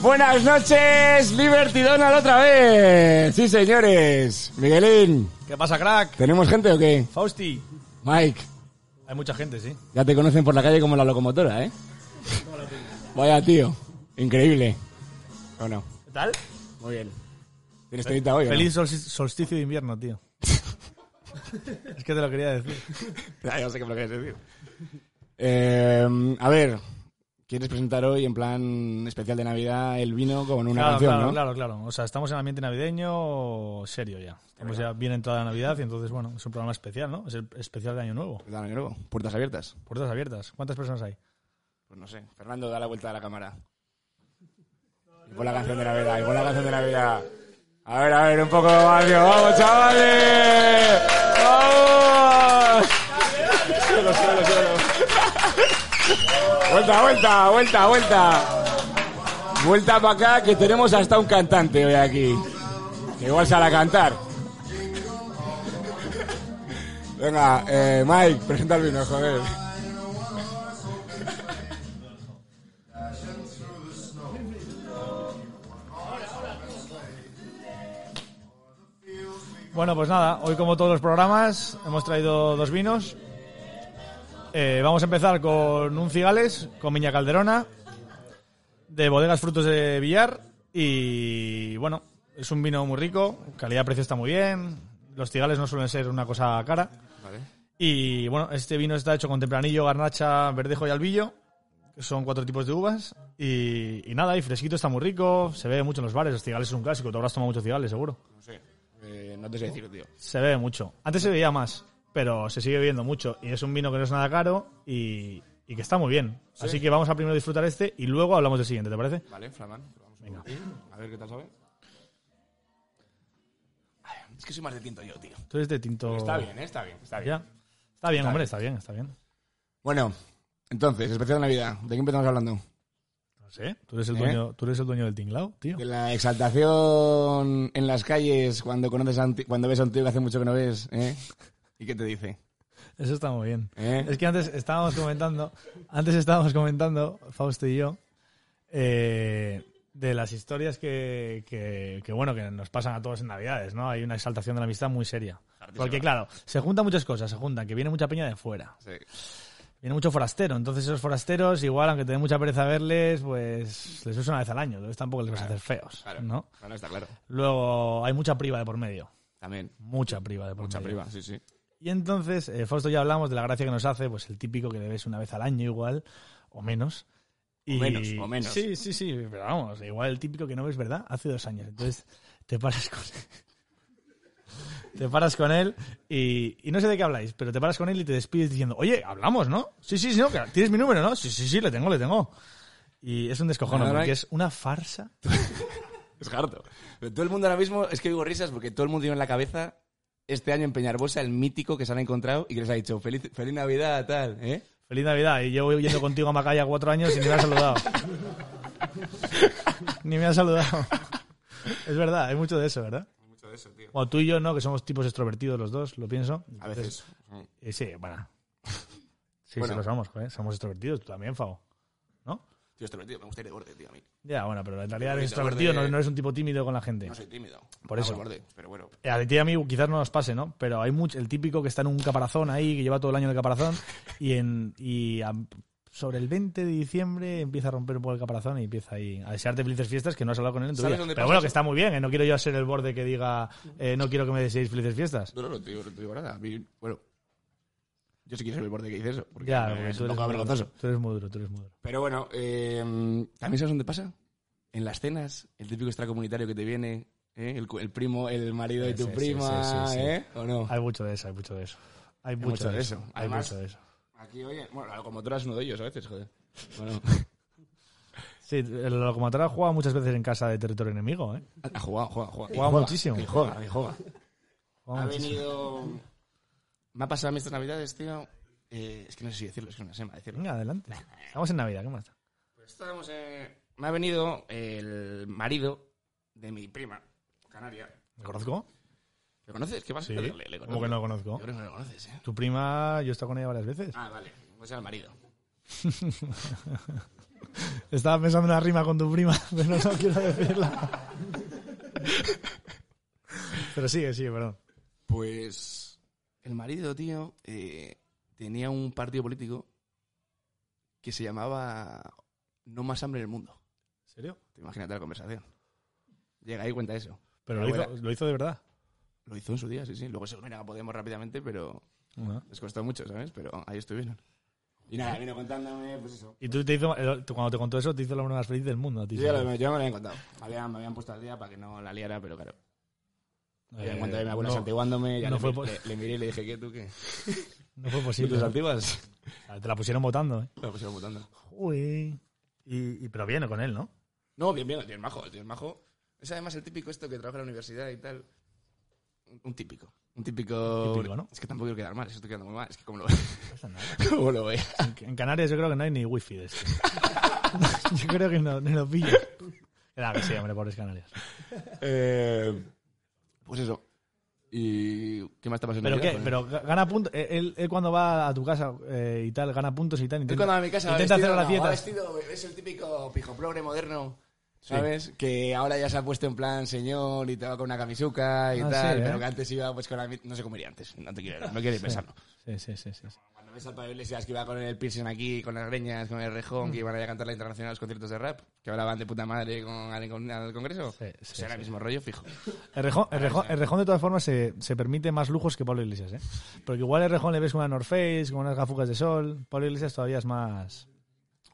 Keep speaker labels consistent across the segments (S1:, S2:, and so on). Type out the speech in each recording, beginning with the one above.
S1: Buenas noches, Libertidonal otra vez. Sí, señores. Miguelín,
S2: ¿Qué pasa, crack?
S1: ¿tenemos gente o qué?
S2: Fausti.
S1: Mike,
S2: Hay mucha gente, sí.
S1: ya te conocen por la calle como la locomotora, ¿eh? Vaya tío, increíble. ¿O no?
S2: ¿Qué tal?
S1: Muy bien. ¿Tienes telita hoy? o no?
S2: Feliz solsti- solsticio de invierno, tío. es que te lo quería decir.
S1: Ya, ya sé que me lo querías decir. Eh, a ver, ¿quieres presentar hoy en plan especial de Navidad el vino con una
S2: claro,
S1: canción,
S2: claro,
S1: no?
S2: claro, claro. O sea, estamos en ambiente navideño serio ya. Estamos ya bien entrada la Navidad y entonces, bueno, es un programa especial, ¿no? Es el especial de Año Nuevo.
S1: Pues Dale, Año Nuevo, Puertas abiertas.
S2: Puertas abiertas. ¿Cuántas personas hay?
S1: Pues no sé. Fernando, da la vuelta a la cámara. Y pon la canción de Navidad, y pon la canción de Navidad. A ver, a ver, un poco de barrio. ¡Vamos, chavales! ¡Vamos! Suelo, suelo, suelo. Vuelta, vuelta, vuelta, vuelta. Vuelta para acá que tenemos hasta un cantante hoy aquí. Que igual sale a cantar. Venga, eh, Mike, presenta el vino, joder.
S2: Bueno, pues nada, hoy como todos los programas hemos traído dos vinos. Eh, vamos a empezar con un Cigales, con Viña Calderona, de Bodegas Frutos de Villar. Y bueno, es un vino muy rico, calidad-precio está muy bien, los Cigales no suelen ser una cosa cara. Y bueno, este vino está hecho con tempranillo, garnacha, verdejo y albillo, que son cuatro tipos de uvas. Y, y nada, y fresquito está muy rico, se ve mucho en los bares, los Cigales es un clásico, tú habrás tomado muchos Cigales seguro.
S1: No sé. Eh, no te sé decir, tío.
S2: Se bebe mucho. Antes se veía más, pero se sigue bebiendo mucho. Y es un vino que no es nada caro y, y que está muy bien. Así que vamos a primero disfrutar este y luego hablamos del siguiente, ¿te parece?
S1: Vale, flamán. Vamos Venga. A ver qué tal sabe. Ay, Es que soy más de tinto yo, tío.
S2: Tú eres de tinto.
S1: Está bien, ¿eh? está bien, está bien.
S2: Ya. Está bien, hombre, está bien, está bien.
S1: Bueno, entonces, especial de Navidad. ¿De qué empezamos hablando?
S2: No sé. Tú eres el dueño, tú eres el dueño del tinglao, tío.
S1: De la exaltación en las calles cuando conoces a un ti- cuando ves a un tío que hace mucho que no ves, ¿eh? ¿Y qué te dice?
S2: Eso está muy bien.
S1: ¿Eh?
S2: Es que antes estábamos comentando, antes estábamos comentando, Fausto y yo, eh, de las historias que, que- que, bueno, que nos pasan a todos en Navidades, ¿no? Hay una exaltación de la amistad muy seria. Porque, claro, se juntan muchas cosas, se juntan, que viene mucha peña de fuera, viene mucho forastero, entonces esos forasteros, igual, aunque te dé mucha pereza verles, pues les ves una vez al año, entonces tampoco les vas a hacer feos,
S1: Claro.
S2: ¿no?
S1: Bueno, está claro.
S2: Luego hay mucha priva de por medio,
S1: También.
S2: mucha priva de por
S1: Mucha
S2: medio.
S1: priva, sí, sí.
S2: Y entonces, eh, Fausto, ya hablamos de la gracia que nos hace, pues el típico que le ves una vez al año igual, o menos. Y-
S1: menos, o menos.
S2: Sí, sí, sí, pero vamos, igual el típico que no ves, ¿verdad? Hace dos años. Entonces, te paras con Te paras con él y, y no sé de qué habláis, pero te paras con él y te despides diciendo, oye, hablamos, ¿no? Sí, sí, sí, no, que tienes mi número, ¿no? Sí, sí, sí, le tengo, le tengo. Y es un descojono,
S1: Nada,
S2: porque
S1: Mike.
S2: es una farsa.
S1: Es harto. Pero todo el mundo ahora mismo, es que digo risas porque todo el mundo tiene en la cabeza este año en Peñarbosa el mítico que se han encontrado y que les ha dicho feliz, feliz Navidad, tal, ¿eh?
S2: Feliz Navidad. Y llevo yendo contigo a Macaya cuatro años y ni me has saludado. ni me has saludado. Es verdad, hay mucho de eso, ¿verdad?
S1: Mucho de eso, tío.
S2: Bueno, tú y yo, ¿no? Que somos tipos extrovertidos los dos, lo pienso.
S1: A veces. mm,
S2: Eh, sí, bueno. Sí,
S1: Bueno.
S2: sí lo somos, joder. Somos extrovertidos, tú también, Fabo. ¿No?
S1: Tío, extrovertido, me gusta ir de borde, tío, a mí.
S2: Ya, bueno, pero en realidad eres
S1: Extrovertido, eh.
S2: extrovertido, no,
S1: borde.
S2: no eres un tipo tímido con la gente.
S1: No soy tímido.
S2: Por eso.
S1: Hago el borde, pero bueno.
S2: Eh, A ti y a mí quizás no nos pase, ¿no? Pero hay mucho, el típico que está en un caparazón ahí, que lleva todo el año en el caparazón, y, en, y a- sobre el 20 de diciembre empieza a romper un poco el caparazón y empieza ahí a desearte felices fiestas que no has hablado con él en tu
S1: ¿Sabes
S2: vida.
S1: dónde
S2: Pero
S1: pasa
S2: bueno,
S1: eso?
S2: que está muy bien, ¿eh? no quiero yo ser el borde que diga, eh, no quiero que me deseéis felices fiestas.
S1: No, no, no te digo, no te digo nada. A mí, bueno, yo sí quiero ser el borde que dice eso. Porque
S2: Ya,
S1: eh,
S2: porque
S1: es
S2: tú
S1: un
S2: eres,
S1: poco
S2: muy duro,
S1: vergonzoso.
S2: tú eres muy duro, tú eres muy duro.
S1: Pero bueno, eh, ¿también sabes dónde pasa? En las cenas, el típico extracomunitario que te viene, ¿eh? el, cu- el primo, el marido de
S2: Sí,
S1: tu
S2: sí, sí,
S1: prima,
S2: sí, sí, sí.
S1: ¿eh? ¿O no?
S2: Hay mucho de eso, hay mucho de eso. Hay mucho,
S1: mucho
S2: de
S1: de
S2: eso.
S1: eso.
S2: Hay
S1: Además-
S2: mucho de eso.
S1: Aquí, oye, bueno, la locomotora es uno de ellos a veces, joder. Bueno,
S2: Sí, el locomotora juega muchas veces en casa de territorio enemigo, ¿eh?
S1: ha jugado, juega, juega.
S2: Juega muchísimo.
S1: Y juega, y juega.
S2: Juega
S1: ha
S2: muchísimo.
S1: venido... Me ha pasado a mí estas navidades, tío... eh, es que no sé si decirlo, es que no sé más decirlo.
S2: Venga, adelante. Estamos en Navidad, ¿qué más? da?
S1: Estábamos, eh, me ha venido el marido de mi prima, Canaria.
S2: ¿Me conozco?
S1: ¿Le conoces? ¿Qué pasa?
S2: Sí.
S1: Le, le
S2: ¿Cómo que no lo
S1: Yo
S2: conozco?
S1: creo que no lo conoces, ¿eh?
S2: Tu prima, yo he estado con ella varias veces.
S1: Ah, vale. Pues era el marido.
S2: Estaba pensando en una rima con tu prima, pero no quiero decirla. Pero sigue, sigue, perdón.
S1: Pues el marido, tío, eh, tenía un partido político que se llamaba No más hambre en el mundo.
S2: ¿En serio?
S1: Te imagínate la conversación. Llega ahí y cuenta eso.
S2: Pero
S1: La
S2: lo hizo,
S1: abuela-
S2: lo hizo de verdad.
S1: Lo hizo en su día, sí, sí. Luego se unieron a Podemos rápidamente, pero les costó mucho, ¿sabes? Pero ahí estuvieron. Y nada, vino contándome, pues eso.
S2: Y tú te hizo, el- tú cuando te contó eso, te hizo la broma más feliz del mundo. a ti,
S1: Yo ya
S2: ¿sabes?
S1: lo- yo me lo habían contado. Me habían, me habían puesto al día para que no la liara, pero claro.
S2: Eh,
S1: Ya en cuanto a mi abuela
S2: no,
S1: santiguándome, ya
S2: no
S1: le,
S2: fue
S1: mi-
S2: po-
S1: le- le miré y le dije, ¿qué tú qué?
S2: no fue
S1: ¿Tú
S2: posible.
S1: te santiguas?
S2: Ah, Te la pusieron votando, ¿eh?
S1: Lo pusieron votando.
S2: Uy. Y, y- pero viene con él, ¿no?
S1: No, bien, bien, el tío es majo, el tío es majo. Es además el típico esto que trabaja en la universidad y tal. Un- Un típico. Un típico.
S2: Típico, ¿no?
S1: Es que tampoco quiero quedar mal, eso estoy quedando muy mal. Es que como lo,
S2: pasa nada.
S1: como lo vea.
S2: En Canarias yo creo que no hay ni wifi de esto. yo creo que no, no lo pillo. Claro que sí, hombre, pobres Canarias.
S1: Eh, pues eso. ¿Y qué más está pasando?
S2: Pero,
S1: en la vida Pues
S2: qué,
S1: con él?
S2: pero gana puntos. Él, él cuando va a tu casa eh, y tal, gana puntos y tal.
S1: Yo
S2: Intenta,
S1: cuando va a mi casa va
S2: intenta hacer
S1: vestido, no, va
S2: gracietas.
S1: vestido, es el típico pijo progre moderno, ¿sabes? Que ahora ya se ha puesto en plan señor y te va con una camisuca y
S2: Ah,
S1: tal,
S2: sí, ¿eh?
S1: pero que antes iba pues con la... mi- No sé cómo iría antes, no te quiero, no quiero ni pensarlo.
S2: Sí, sí, sí, sí. sí.
S1: Cuando ves al Pablo Iglesias que iba con el piercing aquí, con las greñas, con el rejón,
S2: Mm.
S1: que iban a ir a cantar la internacional a los conciertos de rap, que ahora van de puta madre con, al, con- al congreso,
S2: Sí, sí,
S1: será el mismo rollo fijo.
S2: El Rejón, el Rejón- el Rejón, de todas formas, se, se permite más lujos que Pablo Iglesias, ¿eh? Porque igual el Rejón le ves con una North Face, con unas gafugas de sol. Pablo Iglesias todavía es más...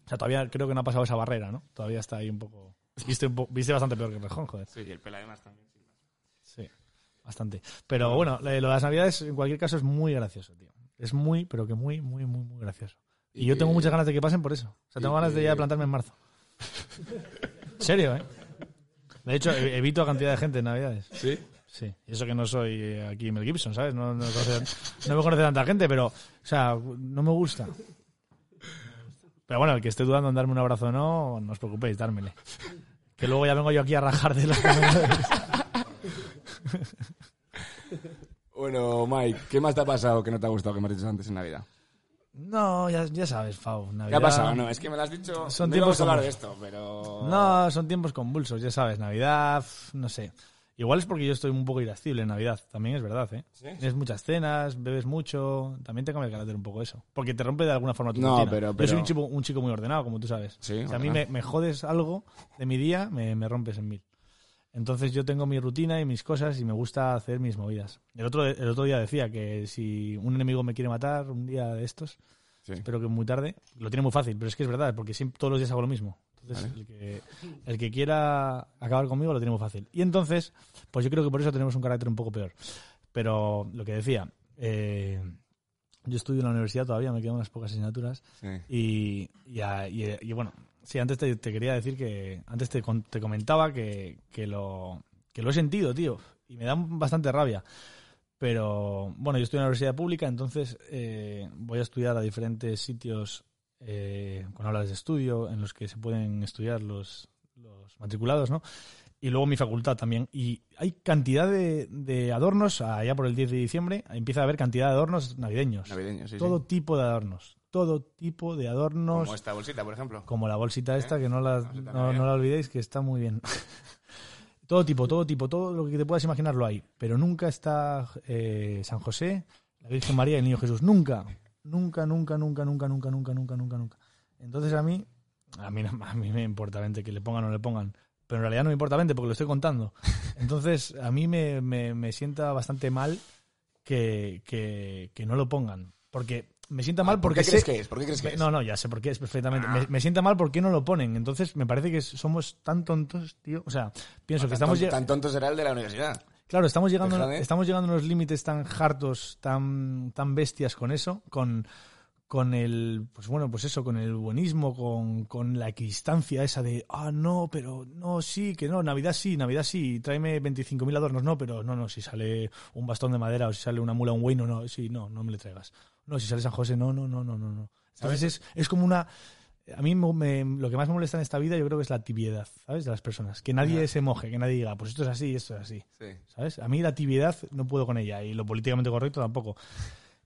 S2: O sea, todavía creo que no ha pasado esa barrera, ¿no? Todavía está ahí un poco... Viste, un po- viste bastante peor que el Rejón, joder.
S1: Sí, y el pelo además también.
S2: Sí, bastante. Pero bueno, eh, lo de las navidades, en cualquier caso, es muy gracioso, tío. Es muy, pero que muy, muy, muy, muy gracioso. Y,
S1: Y
S2: yo
S1: que-
S2: tengo muchas ganas de que pasen por eso. O sea,
S1: y
S2: tengo ganas de
S1: que-
S2: ya de plantarme en marzo. ¿En serio, ¿eh? De hecho, e- evito a cantidad de gente en navidades.
S1: ¿Sí?
S2: Sí, y eso que no soy eh, aquí Mel Gibson, ¿sabes? No, no, conoce- no me conoce tanta gente, pero, o sea, no me gusta. Pero bueno, el que esté dudando en darme un abrazo o no, no os preocupéis, dármele. Que luego ya vengo yo aquí a rajar de la
S1: Bueno, Mike, ¿qué más te ha pasado que no te ha gustado que me has dicho antes en Navidad?
S2: No, ya, ya sabes, Fau. Navidad...
S1: ¿Qué ha pasado? No, es que me lo has dicho.
S2: Son
S1: no íbamos
S2: tiempos
S1: a hablar
S2: como-
S1: de esto, pero.
S2: No, son tiempos convulsos, ya sabes. Navidad, pf, no sé. Igual es porque yo estoy un poco irascible en Navidad, también es verdad, ¿eh?
S1: ¿Sí?
S2: Tienes muchas cenas, bebes mucho, también te cambia el carácter un poco eso. Porque te rompe de alguna forma tu
S1: No,
S2: rutina.
S1: pero-
S2: Yo soy
S1: pero-
S2: un chico, un chico muy ordenado, como tú sabes.
S1: Sí,
S2: si a mí me,
S1: ordenado.
S2: me jodes algo de mi día, me, me rompes en mil. Entonces yo tengo mi rutina y mis cosas y me gusta hacer mis movidas. El otro, el otro día decía que si un enemigo me quiere matar un día de estos,
S1: Sí.
S2: espero que muy tarde. Lo tiene muy fácil, pero es que es verdad, porque siempre, todos los días hago lo mismo. Entonces,
S1: Vale.
S2: el, que, el que quiera acabar conmigo lo tiene muy fácil. Y entonces, pues yo creo que por eso tenemos un carácter un poco peor. Pero lo que decía, eh, yo estudio en la universidad todavía, me quedan unas pocas asignaturas.
S1: Sí.
S2: Y, y a- y- y bueno, sí, antes te, te quería decir que. Antes te, con- te comentaba que, que lo, que lo he sentido, tío. Y me da bastante rabia. Pero bueno, yo estoy en la universidad pública, entonces eh, voy a estudiar a diferentes sitios eh, con aulas de estudio en los que se pueden estudiar los, los matriculados, ¿no? Y luego mi facultad también. Y hay cantidad de, de adornos, allá por el 10 de diciembre, empieza a haber cantidad de adornos navideños
S1: Navideño, sí.
S2: todo
S1: sí.
S2: tipo de adornos. Todo tipo de adornos.
S1: Como
S2: Como,
S1: esta bolsita, por ejemplo. ¿Eh?
S2: la bolsita esta, que no la,
S1: bolsita
S2: no-
S1: navideña.
S2: no la olvidéis, que está muy bien. todo tipo, todo tipo, todo lo que te puedas imaginar lo hay. Pero nunca está eh, San José, la Virgen María y el Niño Jesús. Nunca. Nunca, nunca, nunca, nunca, nunca, nunca, nunca, nunca, nunca. Entonces a mí, a mí, no- a mí me importa 20 que le pongan o no le pongan. Pero en realidad no me importa 20 porque lo estoy contando. Entonces a mí me, me- me sienta bastante mal que, que- que no lo pongan. Porque me sienta mal
S1: ¿Por
S2: porque
S1: qué crees
S2: sé-
S1: que es? ¿Por qué crees que es? Ah.
S2: no, no, ya sé por qué es perfectamente. Me, me sienta mal por qué no lo ponen. Entonces me parece que somos tan tontos, tío. O sea, pienso que
S1: tan,
S2: estamos,
S1: tonto,
S2: lleg-
S1: tan tonto será el de la universidad.
S2: Claro, estamos llegando,
S1: Déjame.
S2: estamos llegando a unos límites tan hartos, tan, tan bestias con eso, con, con el, pues bueno, pues eso, con el buenismo, con, con la equidistancia esa de, ah, no, pero no, sí, que no, Navidad sí, Navidad sí, tráeme 25.000 adornos, no, pero no, no, si sale un bastón de madera o si sale una mula, un güey, no, no, sí, no, no me le traigas. No, si sale San José, no, no, no, no, no, no. Entonces es, es como una... A mí mo- me- lo que más me molesta en esta vida yo creo que es la tibiedad, ¿sabes? De las personas. Que nadie
S1: Ya.
S2: se moje, que nadie diga, pues esto es así, esto es así.
S1: Sí.
S2: ¿Sabes? A mí la tibiedad no puedo con ella y lo políticamente correcto tampoco.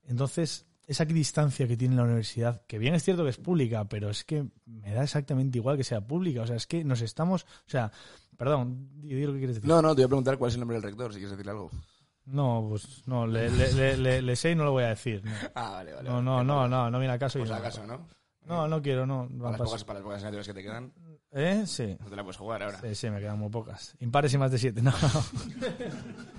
S2: Entonces, esa distancia que tiene la universidad, que bien es cierto que es pública, pero es que me da exactamente igual que sea pública. O sea, es que nos estamos. O sea, perdón, di, di lo que quieres decir.
S1: No, no, te voy a preguntar cuál es el nombre del rector, si quieres decir algo.
S2: No, pues no, le, le- le- le- le sé y no lo voy a decir. no.
S1: Ah, vale, vale.
S2: No,
S1: vale.
S2: no, no, no, no viene al caso. y
S1: Pues
S2: no.
S1: acaso, ¿no?
S2: No, no quiero, no. no
S1: Para las,
S2: paso.
S1: pocas, para las pocas asignaturas que te quedan,
S2: ¿Eh? Sí.
S1: no te la puedes jugar ahora.
S2: Sí, sí, me quedan muy pocas. Impares y más de siete, no.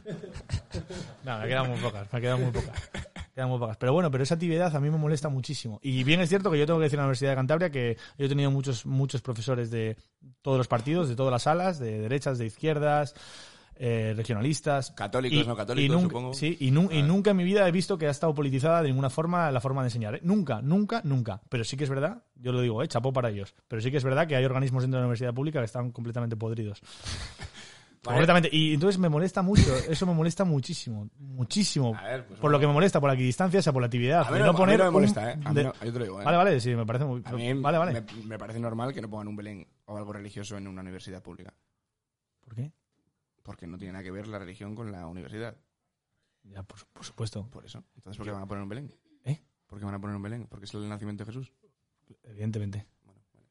S2: no, me quedan muy pocas, me quedan muy pocas. Me quedan muy pocas. Pero bueno, pero esa actividad a mí me molesta muchísimo. Y bien es cierto que yo tengo que decir en la Universidad de Cantabria que yo he tenido muchos, muchos profesores de todos los partidos, de todas las salas, de derechas, de izquierdas, eh, regionalistas.
S1: Católicos, no católicos,
S2: nunca,
S1: supongo. Ah.
S2: Sí, y, nu- y nunca en mi vida he visto que ha estado politizada de ninguna forma la forma de enseñar. ¿eh? Nunca, nunca, nunca. Pero sí que es verdad, yo lo digo, ¿eh? chapó para ellos. Pero sí que es verdad que hay organismos dentro de la universidad pública que están completamente podridos. Completamente. Y entonces me molesta mucho, eso me molesta muchísimo, muchísimo.
S1: A ver, pues
S2: por lo que me molesta, por la equidistancia, sea por la actividad.
S1: A mí
S2: de
S1: no- a mí
S2: poner
S1: no me
S2: un-
S1: molesta, ¿eh? A mí
S2: de-
S1: no- yo te lo digo, ¿eh?
S2: Vale, vale, sí, me parece muy...
S1: A mí
S2: Vale, vale.
S1: Me, me parece normal que no pongan un Belén o algo religioso en una universidad pública,
S2: ¿Por qué?
S1: porque no tiene nada que ver la religión con la universidad,
S2: Ya, por, por supuesto.
S1: por eso. Entonces, ¿por qué van a poner un Belén?
S2: ¿Eh?
S1: ¿Por qué van a poner un Belén? Porque es el nacimiento de Jesús.
S2: Evidentemente.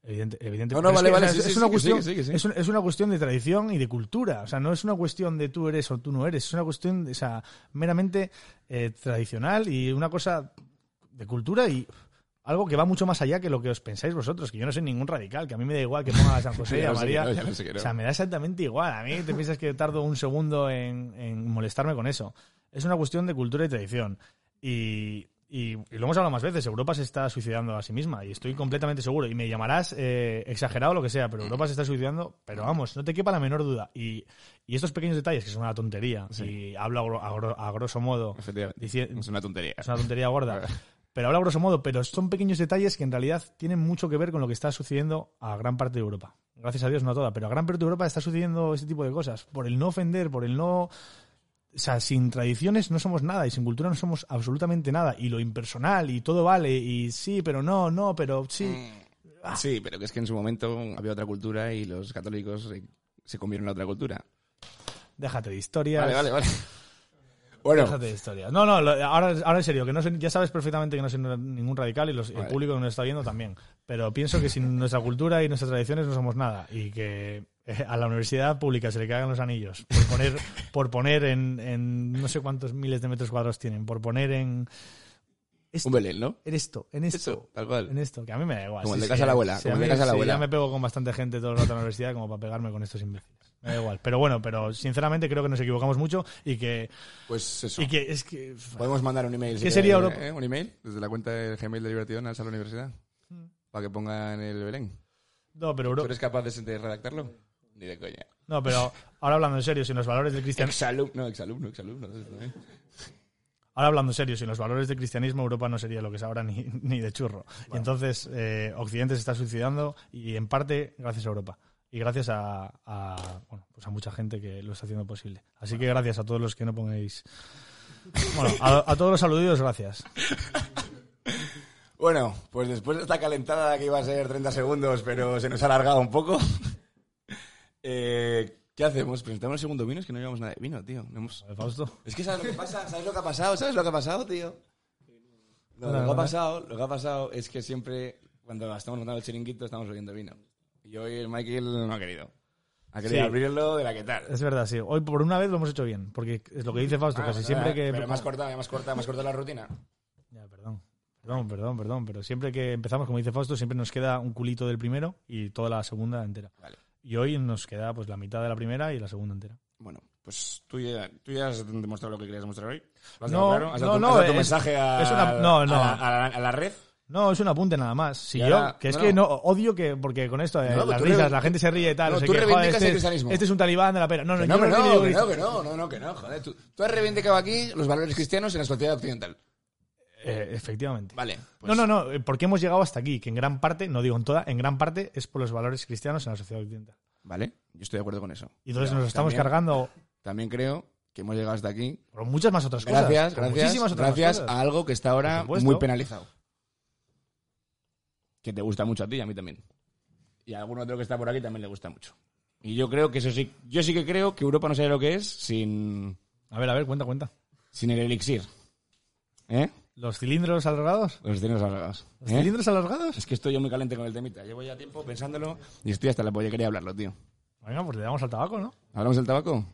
S2: Evidente, evidente.
S1: No, no,
S2: Pero
S1: vale,
S2: es que,
S1: vale,
S2: o sea,
S1: sí,
S2: es-
S1: sí,
S2: es
S1: sí,
S2: una
S1: que
S2: cuestión-
S1: sí, que sí, que sí.
S2: es un- Es una cuestión de tradición y de cultura. O sea, no es una cuestión de tú eres o tú no eres. Es una cuestión, o sea, meramente eh, tradicional y una cosa de cultura y algo que va mucho más allá que lo que os pensáis vosotros. Que yo no soy ningún radical, que a mí me da igual que ponga a San José,
S1: Ya
S2: a
S1: lo sé que
S2: Pues María.
S1: no, ya lo sé que no.
S2: O sea, me da exactamente igual. A mí te piensas que tardo un segundo en, en molestarme con eso. Es una cuestión de cultura y tradición. Y, y- y lo hemos hablado más veces, Europa se está suicidando a sí misma y estoy completamente seguro. Y me llamarás eh, exagerado lo que sea, pero Europa se está suicidando, pero vamos, no te quepa la menor duda. Y, y estos pequeños detalles, que son una tontería, y hablo a, gro- a gro- a grosso modo,
S1: Efectivamente.
S2: dici-
S1: Es una tontería.
S2: es una tontería gorda. Pero habla grosso modo, pero son pequeños detalles que en realidad tienen mucho que ver con lo que está sucediendo a gran parte de Europa. Gracias a Dios, no a toda, pero a gran parte de Europa está sucediendo este tipo de cosas. Por el no ofender, por el no. O sea, sin tradiciones no somos nada y sin cultura no somos absolutamente nada. Y lo impersonal y todo vale y sí, pero no, no, pero
S1: Mm.
S2: sí.
S1: Ah, Sí, pero que es que en su momento había otra cultura y los católicos se, se convirtieron a otra cultura.
S2: Déjate de historias.
S1: Vale, vale, vale. Bueno,
S2: Déjate de historias. No, no, lo- ahora, ahora en serio, que no soy- ya sabes perfectamente que no soy ningún radical y los- el
S1: Vale.
S2: público que nos está viendo también. Pero pienso que sin nuestra cultura y nuestras tradiciones no somos nada y que eh, a la universidad pública se le cagan los anillos por poner, por poner en, en no sé cuántos miles de metros cuadrados tienen, por poner en,
S1: un Belén, ¿no?
S2: en esto, en esto.
S1: Eso, tal cual.
S2: En esto, que a mí me da igual.
S1: Como el
S2: Sí,
S1: de
S2: sí,
S1: casa de la abuela,
S2: sí,
S1: como
S2: a
S1: el de
S2: mí-
S1: casa de la
S2: sí,
S1: abuela.
S2: Ya me pego con bastante gente todo el rato en la universidad como para pegarme con estos imbéciles. Me da igual. Pero bueno, pero sinceramente creo que nos equivocamos mucho y que,
S1: Pues eso.
S2: y que es que...
S1: Podemos mandar un email. si
S2: ¿Qué
S1: queréis,
S2: sería Europa?
S1: ¿eh? ¿Un email? Desde la cuenta del Gmail de Divertidón al Salón Universidad.
S2: Hmm.
S1: Para que pongan el Belén.
S2: No, pero
S1: ¿Tú
S2: Euro-
S1: eres capaz de- de redactarlo? Ni de coña.
S2: No, pero ahora hablando en serio, sin los valores del cristianismo,
S1: Exalumno, Em- exalumno, exalumno. ¿eh?
S2: ahora hablando en serio, sin los valores del cristianismo, Europa no sería lo que es ahora ni, ni de churro. Y entonces eh, Occidente se está suicidando y en parte gracias a Europa y gracias a, a, bueno, pues a mucha gente que lo está haciendo posible. Así que gracias a todos los que no pongáis, bueno, a, a todos los aludidos gracias.
S1: Bueno, pues después de esta calentada que iba a ser 30 segundos, pero se nos ha alargado un poco. eh, ¿Qué hacemos? ¿Presentamos el segundo vino? Es que no llevamos nada de vino, tío. No hemos-
S2: A ver, Fausto,
S1: Es que sabes lo que pasa, sabes lo que ha pasado, sabes lo que ha pasado, tío. No,
S2: Nada,
S1: lo que ha
S2: nada.
S1: pasado, lo que ha pasado es que siempre cuando estamos montando el chiringuito estamos bebiendo vino. Y hoy el Michael no ha querido. Ha querido
S2: Sí.
S1: abrirlo de la que tal.
S2: es verdad, sí. Hoy por una vez lo hemos hecho bien, porque es lo que dice Fausto,
S1: Ah,
S2: casi
S1: nada,
S2: pues siempre que
S1: Pero más corta, más corta, más corta la rutina.
S2: Ya, perdón. Perdón, perdón, perdón, pero siempre que empezamos, como dice Fausto, siempre nos queda un culito del primero y toda la segunda entera.
S1: Vale.
S2: Y hoy nos queda pues la mitad de la primera y la segunda entera.
S1: Bueno, pues tú ya, tú ya has demostrado lo que querías demostrar hoy. ¿Lo has
S2: No,
S1: dejado claro? ¿Has dado
S2: no,
S1: tu-
S2: no,
S1: has dado tu
S2: es-
S1: mensaje a,
S2: es una- no, no.
S1: a la, a la- a la red?
S2: No, es un apunte nada más. Si
S1: Y
S2: yo,
S1: ahora-
S2: que es
S1: no,
S2: que
S1: no.
S2: no odio que porque con esto eh,
S1: No, pues
S2: las
S1: tú
S2: risas,
S1: reivin-
S2: la gente se ríe y tal,
S1: No,
S2: no, sé
S1: tú
S2: qué, joder,
S1: reivindicas el
S2: este, es-
S1: cristianismo.
S2: este es un talibán de la pera. No, no,
S1: Que
S2: yo
S1: No, hombre,
S2: no
S1: no,
S2: reivindico
S1: que no,
S2: cristi-
S1: que no, no, no, que no, joder. Tú, tú has reivindicado aquí los valores cristianos en la sociedad occidental.
S2: Eh, efectivamente.
S1: Vale. pues-
S2: no, no, no, eh, porque hemos llegado hasta aquí, que en gran parte, no digo en toda, en gran parte es por los valores cristianos en la sociedad occidental.
S1: Vale, yo estoy de acuerdo con eso.
S2: Y entonces
S1: Pero
S2: nos estamos
S1: también-
S2: cargando
S1: También creo que hemos llegado hasta aquí.
S2: por muchas más otras
S1: Gracias,
S2: cosas. por
S1: gracias,
S2: muchísimas otras
S1: gracias
S2: cosas.
S1: a algo que está ahora
S2: Por supuesto.
S1: muy penalizado. Que te gusta mucho a ti y a mí también. Y a algún otro que está por aquí también le gusta mucho. Y yo creo que eso sí, yo sí que creo que Europa no sería lo que es sin,
S2: A ver, a ver, cuenta, cuenta.
S1: sin el elixir. ¿Eh?
S2: ¿Los cilindros alargados?
S1: Los cilindros alargados.
S2: ¿Los
S1: ¿Eh?
S2: cilindros alargados?
S1: Es que estoy yo muy caliente con el temita. Llevo ya tiempo pensándolo y estoy hasta la polla. Quería hablarlo, tío.
S2: Venga, pues le damos al tabaco, ¿no?
S1: ¿Hablamos del tabaco?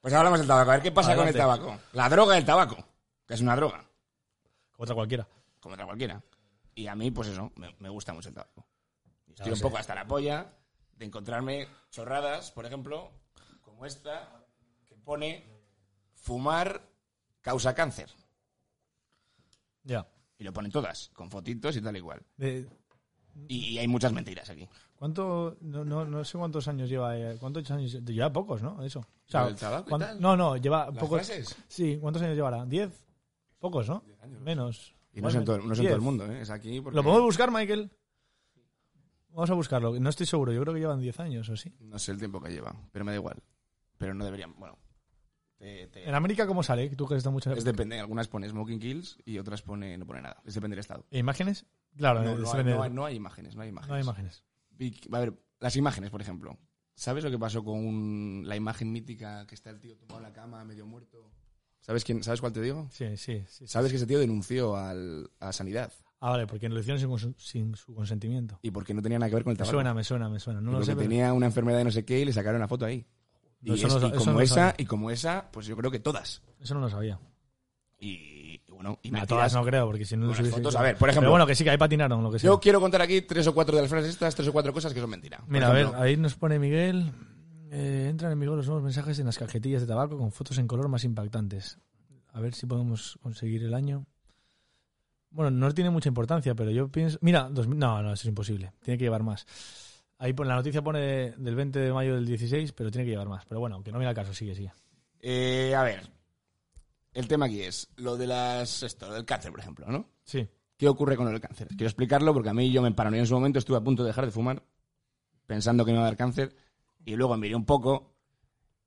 S1: Pues hablamos del tabaco. A ver qué pasa
S2: Adelante.
S1: con el tabaco. La droga del tabaco. Que es una droga.
S2: Otra cualquiera.
S1: como otra cualquiera. Y a mí, pues eso, me, me gusta mucho el tabaco. Estoy
S2: Ya lo
S1: un
S2: sé.
S1: poco hasta la polla de encontrarme chorradas, por ejemplo, como esta, que pone fumar causa cáncer.
S2: Ya. Eh,
S1: Y lo ponen todas, con fotitos y tal igual.
S2: De-
S1: Y, y hay muchas mentiras aquí.
S2: ¿Cuánto, no, no, no sé cuántos años lleva, eh, cuántos años, lleva pocos, ¿no? Eso. O sea,
S1: ¿Lo del tabaco y
S2: ¿cuán-
S1: tal?
S2: no, no, lleva
S1: ¿Las
S2: pocos.
S1: frases?
S2: Sí, ¿cuántos años llevará? ¿Diez? Pocos, ¿no? Menos.
S1: Y no es en todo, no es en
S2: Diez.
S1: todo el mundo, ¿eh? Es aquí porque...
S2: ¿Lo podemos buscar, Michael? Vamos a buscarlo. No estoy seguro. Yo creo que llevan 10 años o sí.
S1: No sé el tiempo que lleva, pero me da igual. Pero no deberían... Bueno, te- te-
S2: ¿En América cómo sale? Tú que estás mucho...
S1: es depende. Algunas pone smoking kills y otras pone no pone nada. Es depende del estado.
S2: ¿Imágenes? Claro, eh,
S1: No,
S2: es
S1: no hay,
S2: depende-
S1: no hay- no hay imágenes, no hay imágenes.
S2: no hay imágenes.
S1: Vic- a ver, las imágenes, por ejemplo. ¿Sabes lo que pasó con un- la imagen mítica que está el tío tumbado en la cama, medio muerto? ¿Sabes, quién, ¿Sabes cuál te digo?
S2: Sí, sí, sí.
S1: Sabes que ese tío denunció al, a Sanidad
S2: Ah, vale, porque lo hicieron sin, cons- sin su consentimiento.
S1: y porque no tenía nada que ver con el
S2: Me
S1: tabaco.
S2: suena, me suena, me suena. No
S1: Y
S2: lo
S1: porque
S2: sé, pero-
S1: tenía una enfermedad de no sé qué y le sacaron la foto ahí. Y,
S2: No, eso
S1: es-
S2: no
S1: y
S2: sa- eso
S1: como
S2: no
S1: esa,
S2: sabía.
S1: y como esa, pues yo creo que todas.
S2: Eso no lo sabía.
S1: Y, y bueno, y
S2: A
S1: mentiras.
S2: todas no creo, porque si no
S1: Con
S2: lo
S1: las
S2: hubiese-
S1: fotos, a ver, por ejemplo.
S2: Pero bueno, que sí, que ahí patinaron, lo que sea.
S1: Yo quiero contar aquí tres o cuatro de las frases estas, tres o cuatro cosas que son mentira. Por
S2: Mira, a ver,
S1: ejemplo,
S2: ahí nos pone Miguel. eh, entran en vigor los nuevos mensajes en las cajetillas de tabaco con fotos en color más impactantes. A ver si podemos conseguir el año. Bueno, no tiene mucha importancia, pero yo pienso. Mira, 2000 no, no, eso es imposible. Tiene que llevar más. Ahí pon- la noticia pone del 20 de mayo del 16, pero tiene que llevar más. Pero bueno, que no viene al caso, sigue, sigue.
S1: eh, a ver. El tema aquí es lo de las. Esto, lo del cáncer, por ejemplo, ¿no?
S2: Sí,
S1: ¿Qué ocurre con el cáncer? Quiero explicarlo porque a mí yo me paranoia en su momento, estuve a punto de dejar de fumar, pensando que me iba a dar cáncer, y luego miré un poco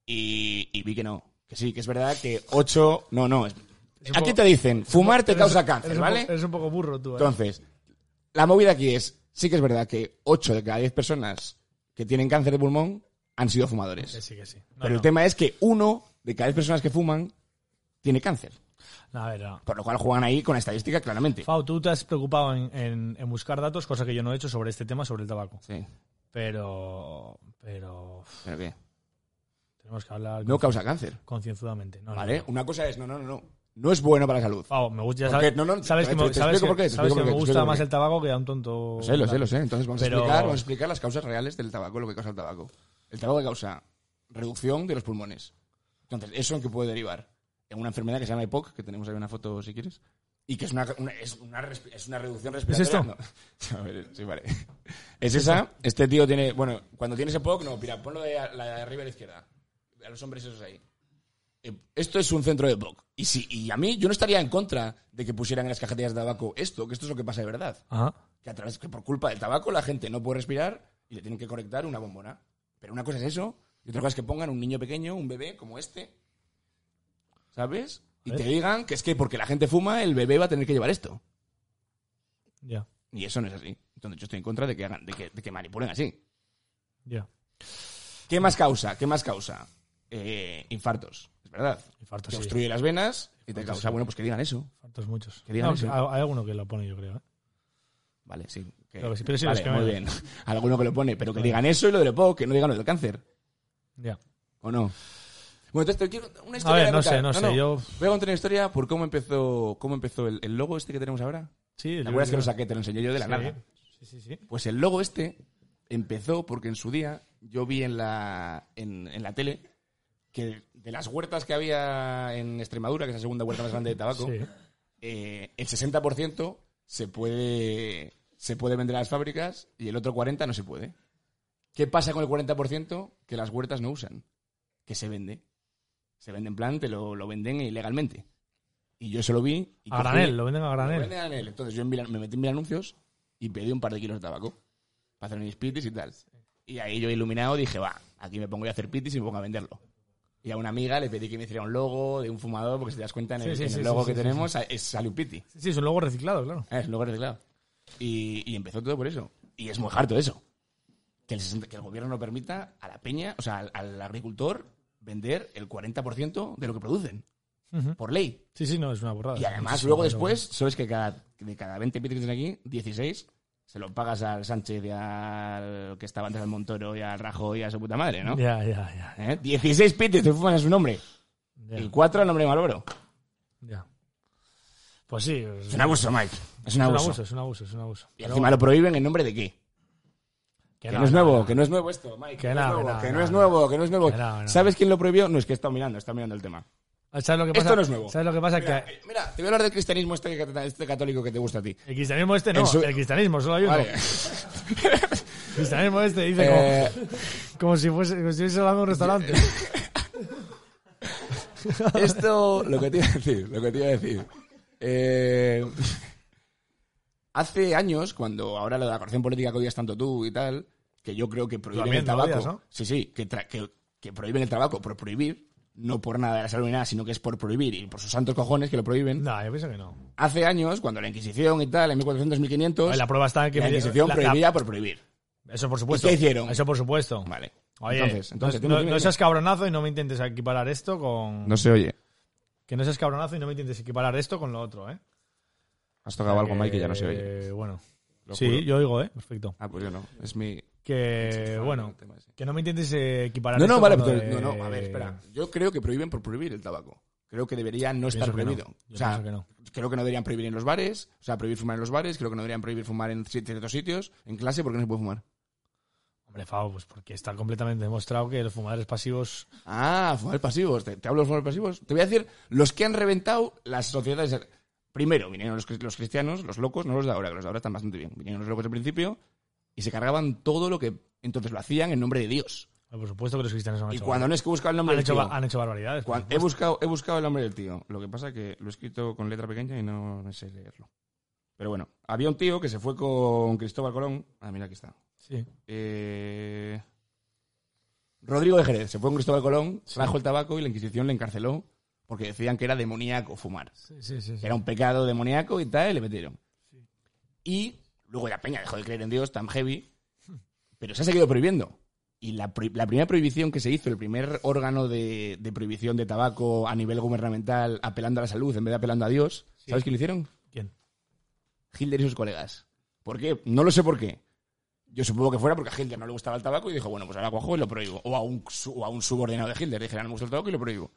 S1: y, y vi que no. Que sí, que es verdad que 8. No, no. es-
S2: un
S1: aquí
S2: poco-
S1: te dicen, fumar te
S2: Eres-
S1: causa
S2: eres
S1: cáncer,
S2: un po-
S1: ¿vale?
S2: Eres un poco burro tú. ¿eh?
S1: Entonces, la movida aquí es: sí que es verdad que 8 de cada 10 personas que tienen cáncer de pulmón han sido
S2: Que
S1: fumadores.
S2: sí, que sí. No,
S1: Pero el
S2: no.
S1: tema es que uno de cada 10 personas que fuman tiene cáncer.
S2: No, a ver, no.
S1: Por lo cual juegan ahí con la estadística claramente.
S2: Fau, tú te has preocupado en, en- en buscar datos, cosa que yo no he hecho sobre este tema, sobre el tabaco.
S1: Sí,
S2: Pero. Pero. uf,
S1: pero ¿qué?
S2: Tenemos que hablar
S1: No
S2: con-
S1: causa cáncer.
S2: concienzudamente. No, no,
S1: ¿Vale?
S2: no.
S1: Una cosa es, no, no, no, no. No es bueno para la salud.
S2: Pavo, me gusta. ya
S1: ¿Por
S2: sabes-
S1: qué? No, no,
S2: sabes
S1: te-
S2: que
S1: te
S2: me,
S1: explico
S2: sabes que-
S1: por qué, te
S2: sabes
S1: explico
S2: que
S1: por
S2: me
S1: qué, te
S2: gusta
S1: explico por
S2: más
S1: qué.
S2: el tabaco que a un tonto.
S1: Lo sé, lo sé, lo sé. Entonces vamos a,
S2: Pero-
S1: explicar, vamos a explicar las causas reales del tabaco, lo que causa el tabaco. El tabaco causa reducción de los pulmones. Entonces, ¿eso en qué puede derivar? En una enfermedad que se llama E EPOC, que tenemos ahí una foto si quieres, y que es una, una- es una, respi- es una reducción respiratoria. No. A ver, sí, vale. Es esa. Este tío tiene. Bueno, cuando tienes E EPOC, no, mira, ponlo de, a- la de arriba a la izquierda. A los hombres esos ahí. Eh, Esto es un centro de E EPOC. Y, si, y a mí, yo no estaría en contra de que pusieran en las cajetillas de tabaco esto, que esto es lo que pasa de verdad
S2: Ajá.
S1: que a través que por culpa del tabaco la gente no puede respirar y le tienen que conectar una bombona. Pero una cosa es eso y otra cosa es que pongan un niño pequeño, un bebé como este, ¿sabes? Y
S2: ver.
S1: te digan que es que porque la gente fuma el bebé va a tener que llevar esto.
S2: Ya,
S1: Y eso no es así. Entonces yo estoy en contra de que hagan, de que, de que manipulen así.
S2: ya.
S1: ¿Qué más causa? ¿Qué más causa? Eh, infartos, es verdad.
S2: Infartos,
S1: Te
S2: sí.
S1: obstruye las venas y te
S2: Infartos,
S1: causa,
S2: sí.
S1: bueno, pues que digan eso.
S2: Infartos muchos.
S1: Que digan
S2: No,
S1: eso.
S2: hay, hay alguno que lo pone, yo creo. ¿eh?
S1: Vale, sí. que-
S2: Claro que sí, pero sí,
S1: vale,
S2: es que
S1: muy
S2: me-
S1: bien. Alguno que lo pone, pero que
S2: Claro.
S1: digan eso y lo del EPOC, que no digan lo del cáncer.
S2: Ya.
S1: ¿O no? Bueno, entonces te quiero una historia.
S2: ver,
S1: de
S2: no
S1: contar.
S2: sé, no sé, yo-
S1: Voy a contar una historia por cómo empezó, cómo empezó el, el logo este que tenemos ahora.
S2: Sí,
S1: ¿Te acuerdas que lo saqué? Te lo enseñé yo de la nada.
S2: Sí, sí, sí.
S1: Pues el logo este empezó porque en su día yo vi en la, en, en la tele que de las huertas que había en Extremadura, que es la segunda huerta más grande de tabaco,
S2: Sí.
S1: eh, el 60% se puede, se puede vender a las fábricas y el otro 40% no se puede. ¿Qué pasa con el 40% que las huertas no usan? Que se vende. Se vende en plan, te lo, lo venden ilegalmente. Y yo eso lo vi. Y
S2: A
S1: cogí-
S2: granel, lo venden a
S1: lo
S2: granel.
S1: venden a granel. Entonces yo en Milán- me metí en mil anuncios y pedí un par de kilos de tabaco para hacer mis pitis y tal. Y ahí yo iluminado dije, va, aquí me pongo yo a hacer pitis y me pongo a venderlo. Y a una amiga le pedí que me hiciera un logo de un fumador, porque si te das cuenta en el,
S2: Sí, sí,
S1: en el
S2: sí,
S1: logo
S2: sí,
S1: que
S2: sí,
S1: tenemos sa- es sale un piti.
S2: Sí, sí, es un logo reciclado, claro.
S1: Ah, Es un logo reciclado. Y, y empezó todo por eso. Y es muy harto eso. Que el, 60 que el gobierno no permita a la peña, o sea, al, al agricultor vender el 40% de lo que producen. por ley.
S2: Sí, sí, no, es una borrada.
S1: Y además,
S2: Es una
S1: luego
S2: borrada.
S1: después, sabes que cada, de cada 20 pizzas que tienes aquí, 16 se lo pagas al Sánchez y al que estaba antes al Montoro y al Rajoy y a su puta madre, ¿no?
S2: Ya, ya, ya.
S1: ¿Eh? 16 pites te fuman a su nombre.
S2: ya,
S1: Y 4 al nombre de Malboro.
S2: ya. Pues sí, es,
S1: Es un abuso, Mike. Es un
S2: es
S1: abuso.
S2: es un abuso, es un abuso.
S1: Y encima lo prohíben en nombre de qué.
S2: Que
S1: Que
S2: no,
S1: no es
S2: no,
S1: nuevo,
S2: no.
S1: que no es nuevo esto, Mike.
S2: Que
S1: Que no
S2: no,
S1: es
S2: que
S1: nuevo,
S2: no,
S1: que
S2: no,
S1: no es
S2: no.
S1: nuevo, que no es nuevo.
S2: Que no, no.
S1: ¿Sabes quién lo prohibió? No, es que está mirando, está mirando el tema.
S2: ¿Sabes lo que pasa?
S1: Esto no es nuevo.
S2: ¿Sabes lo que pasa?
S1: Mira, eh,
S2: que
S1: mira, te voy a hablar del cristianismo este, este católico que te gusta a ti.
S2: el cristianismo este no,
S1: en su-
S2: el cristianismo, solo hay uno.
S1: Vale.
S2: El cristianismo este dice
S1: Eh,
S2: como, como si fuese, como si estuviese hablando de un restaurante.
S1: Esto, lo que te iba a decir, lo que te iba a decir. Eh, hace años, cuando ahora lo de la corrupción política que odias tanto tú y tal, que yo creo que prohíben
S2: también
S1: el
S2: lo
S1: tabaco.
S2: odias, ¿no?
S1: Sí, sí, que, tra- que- que prohíben el tabaco por prohibir, no por nada de la salud ni nada, sino que es por prohibir y por sus santos cojones que lo prohíben.
S2: no, yo pienso que no.
S1: Hace años, cuando la Inquisición y tal, en 1400, 1500,
S2: La
S1: la,
S2: prueba está en que...
S1: Inquisición
S2: la- la-
S1: prohibía por prohibir.
S2: Eso por supuesto.
S1: ¿Y qué hicieron?
S2: Eso por supuesto.
S1: Vale.
S2: Oye,
S1: entonces, entonces,
S2: no,
S1: dime,
S2: no-
S1: dime,
S2: no
S1: dime.
S2: seas cabronazo y no me intentes equiparar esto con...
S1: se oye.
S2: Que no seas cabronazo y no me intentes equiparar esto con lo otro, ¿eh?
S1: Has tocado
S2: Que, eh, Bueno.
S1: Lo
S2: sí,
S1: juro.
S2: yo oigo, ¿eh? Perfecto.
S1: Ah, pues yo no. Es mi.
S2: Que, eh, bueno, que no me intentes eh, equiparar
S1: No, no,
S2: esto eh,
S1: vale,
S2: con lo
S1: pero-
S2: de-
S1: no, no, a ver, espera. Yo creo que prohíben por prohibir el tabaco. Creo que debería no
S2: Pienso
S1: estar
S2: que no.
S1: prohibido.
S2: Yo
S1: O sea,
S2: pienso que no.
S1: creo que no deberían prohibir en los bares, o sea, prohibir fumar en los bares, creo que no deberían prohibir fumar en ciertos sitios, en clase porque no se puede fumar.
S2: Hombre, Fao, pues porque está completamente demostrado que los fumadores pasivos...
S1: Ah, fumar pasivos, te, te hablo de fumar pasivos. Te voy a decir los que han reventado las sociedades. Primero vinieron los, cri- los cristianos, los locos, no los de ahora, que los de ahora están bastante bien. Vinieron los locos al principio y se cargaban todo lo que entonces lo hacían en nombre de Dios.
S2: eh, Por supuesto que los cristianos han
S1: Y
S2: hecho
S1: cuando no es que buscaba el nombre
S2: han
S1: de
S2: hecho,
S1: Dios.
S2: ba- han hecho barbaridades. pues, por
S1: Cuan- he,
S2: supuesto.
S1: buscado, he buscado el nombre del tío. Lo que pasa que lo he escrito con letra pequeña y no me sé leerlo. Pero bueno, había un tío que se fue con Cristóbal Colón. Ah, mira, aquí está.
S2: Sí.
S1: Eh, Rodrigo de Jerez se fue con Cristóbal Colón, trajo el tabaco y la Inquisición le encarceló porque decían que era demoníaco fumar.
S2: Sí, sí, sí. sí.
S1: Era un pecado demoníaco y tal, y le metieron. Y luego la peña dejó de creer en Dios tan heavy, pero se ha seguido prohibiendo. Y la, prohi- la primera prohibición que se hizo, el primer órgano de, de prohibición de tabaco a nivel gubernamental apelando a la salud en vez de apelando a Dios, ¿sabes qué lo hicieron?
S2: ¿Quién?
S1: Hitler y sus colegas. ¿Por qué? No lo sé por qué. Yo supongo que fuera porque a Hitler no le gustaba el tabaco y dijo, bueno, pues ahora cuajo y lo prohíbo. O a un, su- o a un subordinado de Hitler, dijeron, no me gusta el tabaco y lo prohíbo.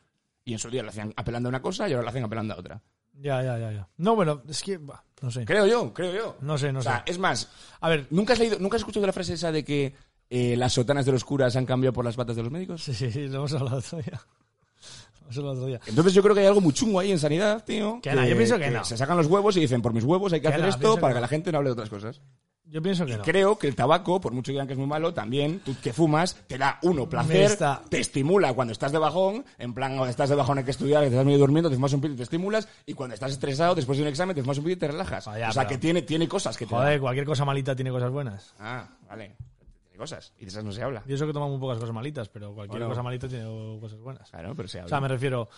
S1: Y en su día lo hacían apelando a una cosa y ahora lo hacen apelando a otra.
S2: Ya, ya, ya, ya. No, bueno, es que... bah, no sé.
S1: Creo yo, creo yo.
S2: No sé, no
S1: O sea,
S2: sé.
S1: es más,
S2: A ver...
S1: ¿nunca has leído, nunca has escuchado la frase esa de que eh, las sotanas de los curas han cambiado por las batas de los médicos?
S2: Sí, sí, sí, lo hemos hablado otro día. Lo hemos hablado otro día.
S1: Entonces yo creo que hay algo muy chungo ahí en sanidad, tío.
S2: Que no, yo pienso que no.
S1: Se sacan los huevos y dicen, por mis huevos hay que,
S2: Que
S1: hacer
S2: no,
S1: esto
S2: pienso que
S1: para
S2: no.
S1: que la gente no hable de otras cosas.
S2: Yo pienso que no.
S1: Creo que el tabaco, por mucho que digan que es muy malo, también, tú que fumas, te da uno
S2: Me
S1: placer,
S2: está-
S1: te estimula cuando estás de bajón, en plan, cuando estás de bajón hay que estudiar, que te estás medio durmiendo, te fumas un pito y te estimulas, y cuando estás estresado, después de un examen, te fumas un pito y te relajas.
S2: Ah, ya,
S1: o sea,
S2: pero-
S1: que tiene, tiene cosas que te dan.
S2: Joder, cualquier cosa malita tiene cosas buenas.
S1: Ah, vale. Tiene cosas. Y de esas no se habla.
S2: Yo sé que tomo muy pocas cosas malitas, pero cualquier
S1: Bueno.
S2: cosa malita tiene cosas buenas.
S1: Claro, pero se habla.
S2: O sea, me refiero.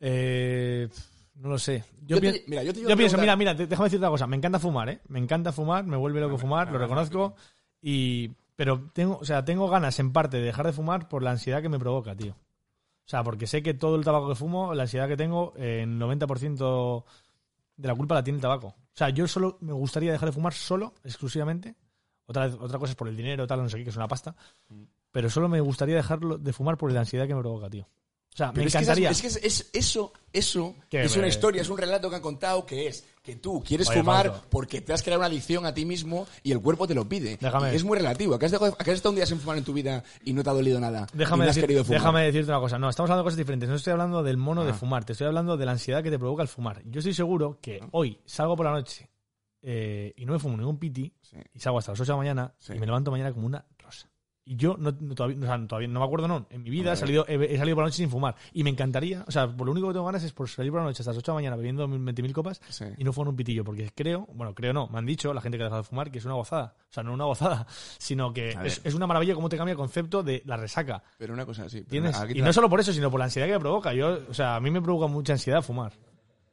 S2: eh, no lo sé. Yo,
S1: Yo te-
S2: pien-
S1: mira, yo te iba
S2: yo
S1: a
S2: pienso,
S1: preguntar-
S2: mira, mira, te- déjame decirte una cosa. Me encanta fumar, ¿eh? Me encanta fumar, me vuelve loco fumar, lo reconozco. Y, pero tengo, o sea, tengo ganas en parte de dejar de fumar por la ansiedad que me provoca, tío. O sea, porque sé que todo el tabaco que fumo, la ansiedad que tengo, eh, el 90% de la culpa la tiene el tabaco. O sea, yo solo me gustaría dejar de fumar solo, exclusivamente. Otra, vez- otra cosa es por el dinero, tal, no sé qué, que es una pasta.
S1: Mm.
S2: Pero solo me gustaría dejarlo de fumar por la ansiedad que me provoca, tío. O sea,
S1: Pero
S2: me
S1: es que
S2: encantaría.
S1: esas- es que es- es- eso, eso
S2: Que
S1: es
S2: me-
S1: una historia, es un relato que han contado que es que tú quieres
S2: Oye,
S1: fumar
S2: Pablo.
S1: porque te has creado una adicción a ti mismo y el cuerpo te lo pide.
S2: Déjame.
S1: Y es muy relativo. ¿A qué has, dejado- a qué has estado un día sin fumar en tu vida y no te ha dolido nada? y
S2: Déjame,
S1: no has
S2: decir-
S1: querido fumar. Ah.
S2: déjame decirte una cosa. No, estamos hablando de cosas diferentes. No estoy hablando del mono de fumar. Te estoy hablando de la ansiedad que te provoca el fumar. Yo estoy seguro que
S1: Ah.
S2: hoy salgo por la noche eh, y no me fumo ningún piti
S1: Sí.
S2: y salgo hasta las 8 de la mañana
S1: Sí.
S2: y me levanto mañana como una rosa. Y yo no, no- todavía, no, o sea, todavía no me acuerdo, no. En mi vida he salido, he, he salido por la noche sin fumar. Y me encantaría, o sea, por lo único que tengo ganas es por salir por la noche hasta las 8 de la mañana bebiendo 20.000 copas
S1: Sí.
S2: y no fumar un pitillo. Porque creo, bueno, creo no, me han dicho la gente que ha dejado de fumar que es una gozada. O sea, no una gozada, sino que
S1: A ver.
S2: es, es una maravilla cómo te cambia el concepto de la resaca.
S1: Pero una cosa así.
S2: ¿Tienes? Y no solo por eso, sino por la ansiedad que me provoca. Yo, o sea, a mí me provoca mucha ansiedad fumar.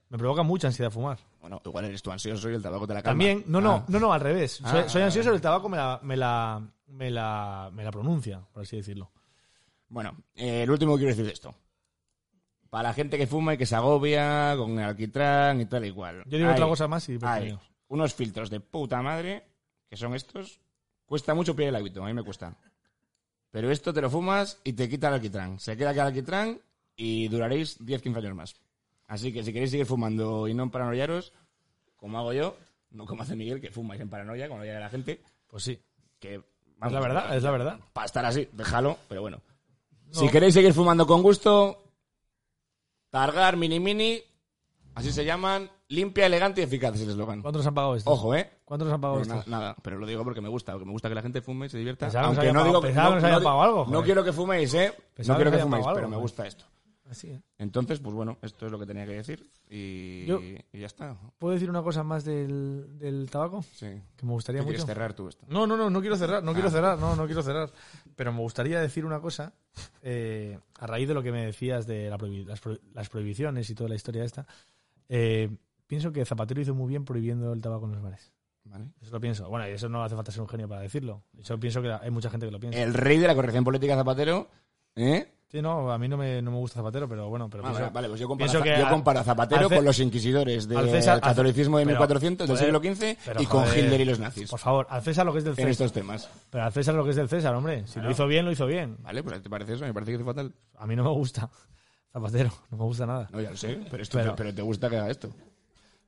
S2: Me provoca mucha ansiedad fumar.
S1: Bueno, igual eres tú ansioso y el tabaco te la calma.
S2: También, no, no,
S1: Ah.
S2: no, no, al revés.
S1: Ah,
S2: soy, soy
S1: ah,
S2: ansioso, el tabaco me la, me la, me la, me la pronuncia, por así decirlo.
S1: Bueno, eh, el último que quiero decir de esto. Para la gente que fuma y que se agobia con el alquitrán y tal y cual.
S2: Yo digo
S1: Hay-
S2: otra cosa más y
S1: Hay
S2: termino.
S1: unos filtros de puta madre, que son estos. Cuesta mucho pillar el hábito, a mí me cuesta. Pero esto te lo fumas y te quita el alquitrán. Se queda aquí el alquitrán y duraréis 10-15 años más. Así que si queréis seguir fumando y no paranoiaros, como hago yo, no como hace Miguel, que fumáis en paranoia, como lo de la gente,
S2: Pues sí.
S1: que...
S2: Es la verdad, es la verdad.
S1: Para estar así, déjalo, pero bueno.
S2: No.
S1: Si queréis seguir fumando con gusto, Targar Mini Mini, así se llaman, limpia, elegante y eficaz es el eslogan.
S2: ¿Cuántos nos han pagado esto?
S1: Ojo, ¿eh?
S2: ¿Cuántos nos han pagado
S1: Pero
S2: esto?
S1: na- nada, pero lo digo porque me gusta, porque me gusta que la gente fume y se divierta.
S2: Pensaba que nos
S1: Aunque
S2: habían
S1: no
S2: pagado-
S1: digo que
S2: pensaba que nos
S1: no,
S2: habían
S1: di-
S2: pagado algo,
S1: no
S2: joder.
S1: quiero que fuméis, ¿eh?
S2: Pensaba
S1: no
S2: que
S1: quiero
S2: nos
S1: que
S2: habían
S1: fuméis,
S2: pagado
S1: pero
S2: algo,
S1: me
S2: joder.
S1: gusta esto.
S2: Así, ¿eh?
S1: Entonces, pues bueno, esto es lo que tenía que decir y,
S2: Yo-
S1: y ya está.
S2: ¿Puedo decir una cosa más del, del tabaco?
S1: Sí. ¿Qué
S2: Que me gustaría mucho.
S1: quieres cerrar tú esto?
S2: No, no, no, no quiero cerrar, no
S1: Ah.
S2: quiero cerrar, no, no quiero cerrar. Pero me gustaría decir una cosa, eh, a raíz de lo que me decías de la prohibi- las, pro- las prohibiciones y toda la historia esta, eh, pienso que Zapatero hizo muy bien prohibiendo el tabaco en los bares.
S1: ¿Vale?
S2: Eso lo pienso. Bueno, y eso no hace falta ser un genio para decirlo. Yo pienso que la- hay mucha gente que lo piensa.
S1: El rey de la corrección política Zapatero, ¿eh?
S2: Sí, no, a mí no me, no me gusta Zapatero, pero bueno, pero
S1: Ah,
S2: pienso-
S1: vale, vale, pues yo comparo,
S2: pienso
S1: a,
S2: que
S1: yo
S2: al-
S1: comparo a Zapatero
S2: al Ce-
S1: con los inquisidores del
S2: al César- al-
S1: catolicismo de
S2: pero,
S1: 1400, del
S2: joder,
S1: siglo XV,
S2: pero,
S1: y con
S2: joder,
S1: Hitler y los nazis
S2: Por favor, al César lo que es del
S1: en
S2: César.
S1: estos temas.
S2: Pero al César lo que es del César, hombre. Si lo hizo bien, lo hizo bien.
S1: ¿Vale? Pues ¿te parece eso? Me parece que es fatal.
S2: A mí no me gusta Zapatero, no me gusta nada.
S1: No, ya lo sé, pero, esto,
S2: Pero-
S1: pero te gusta que haga esto.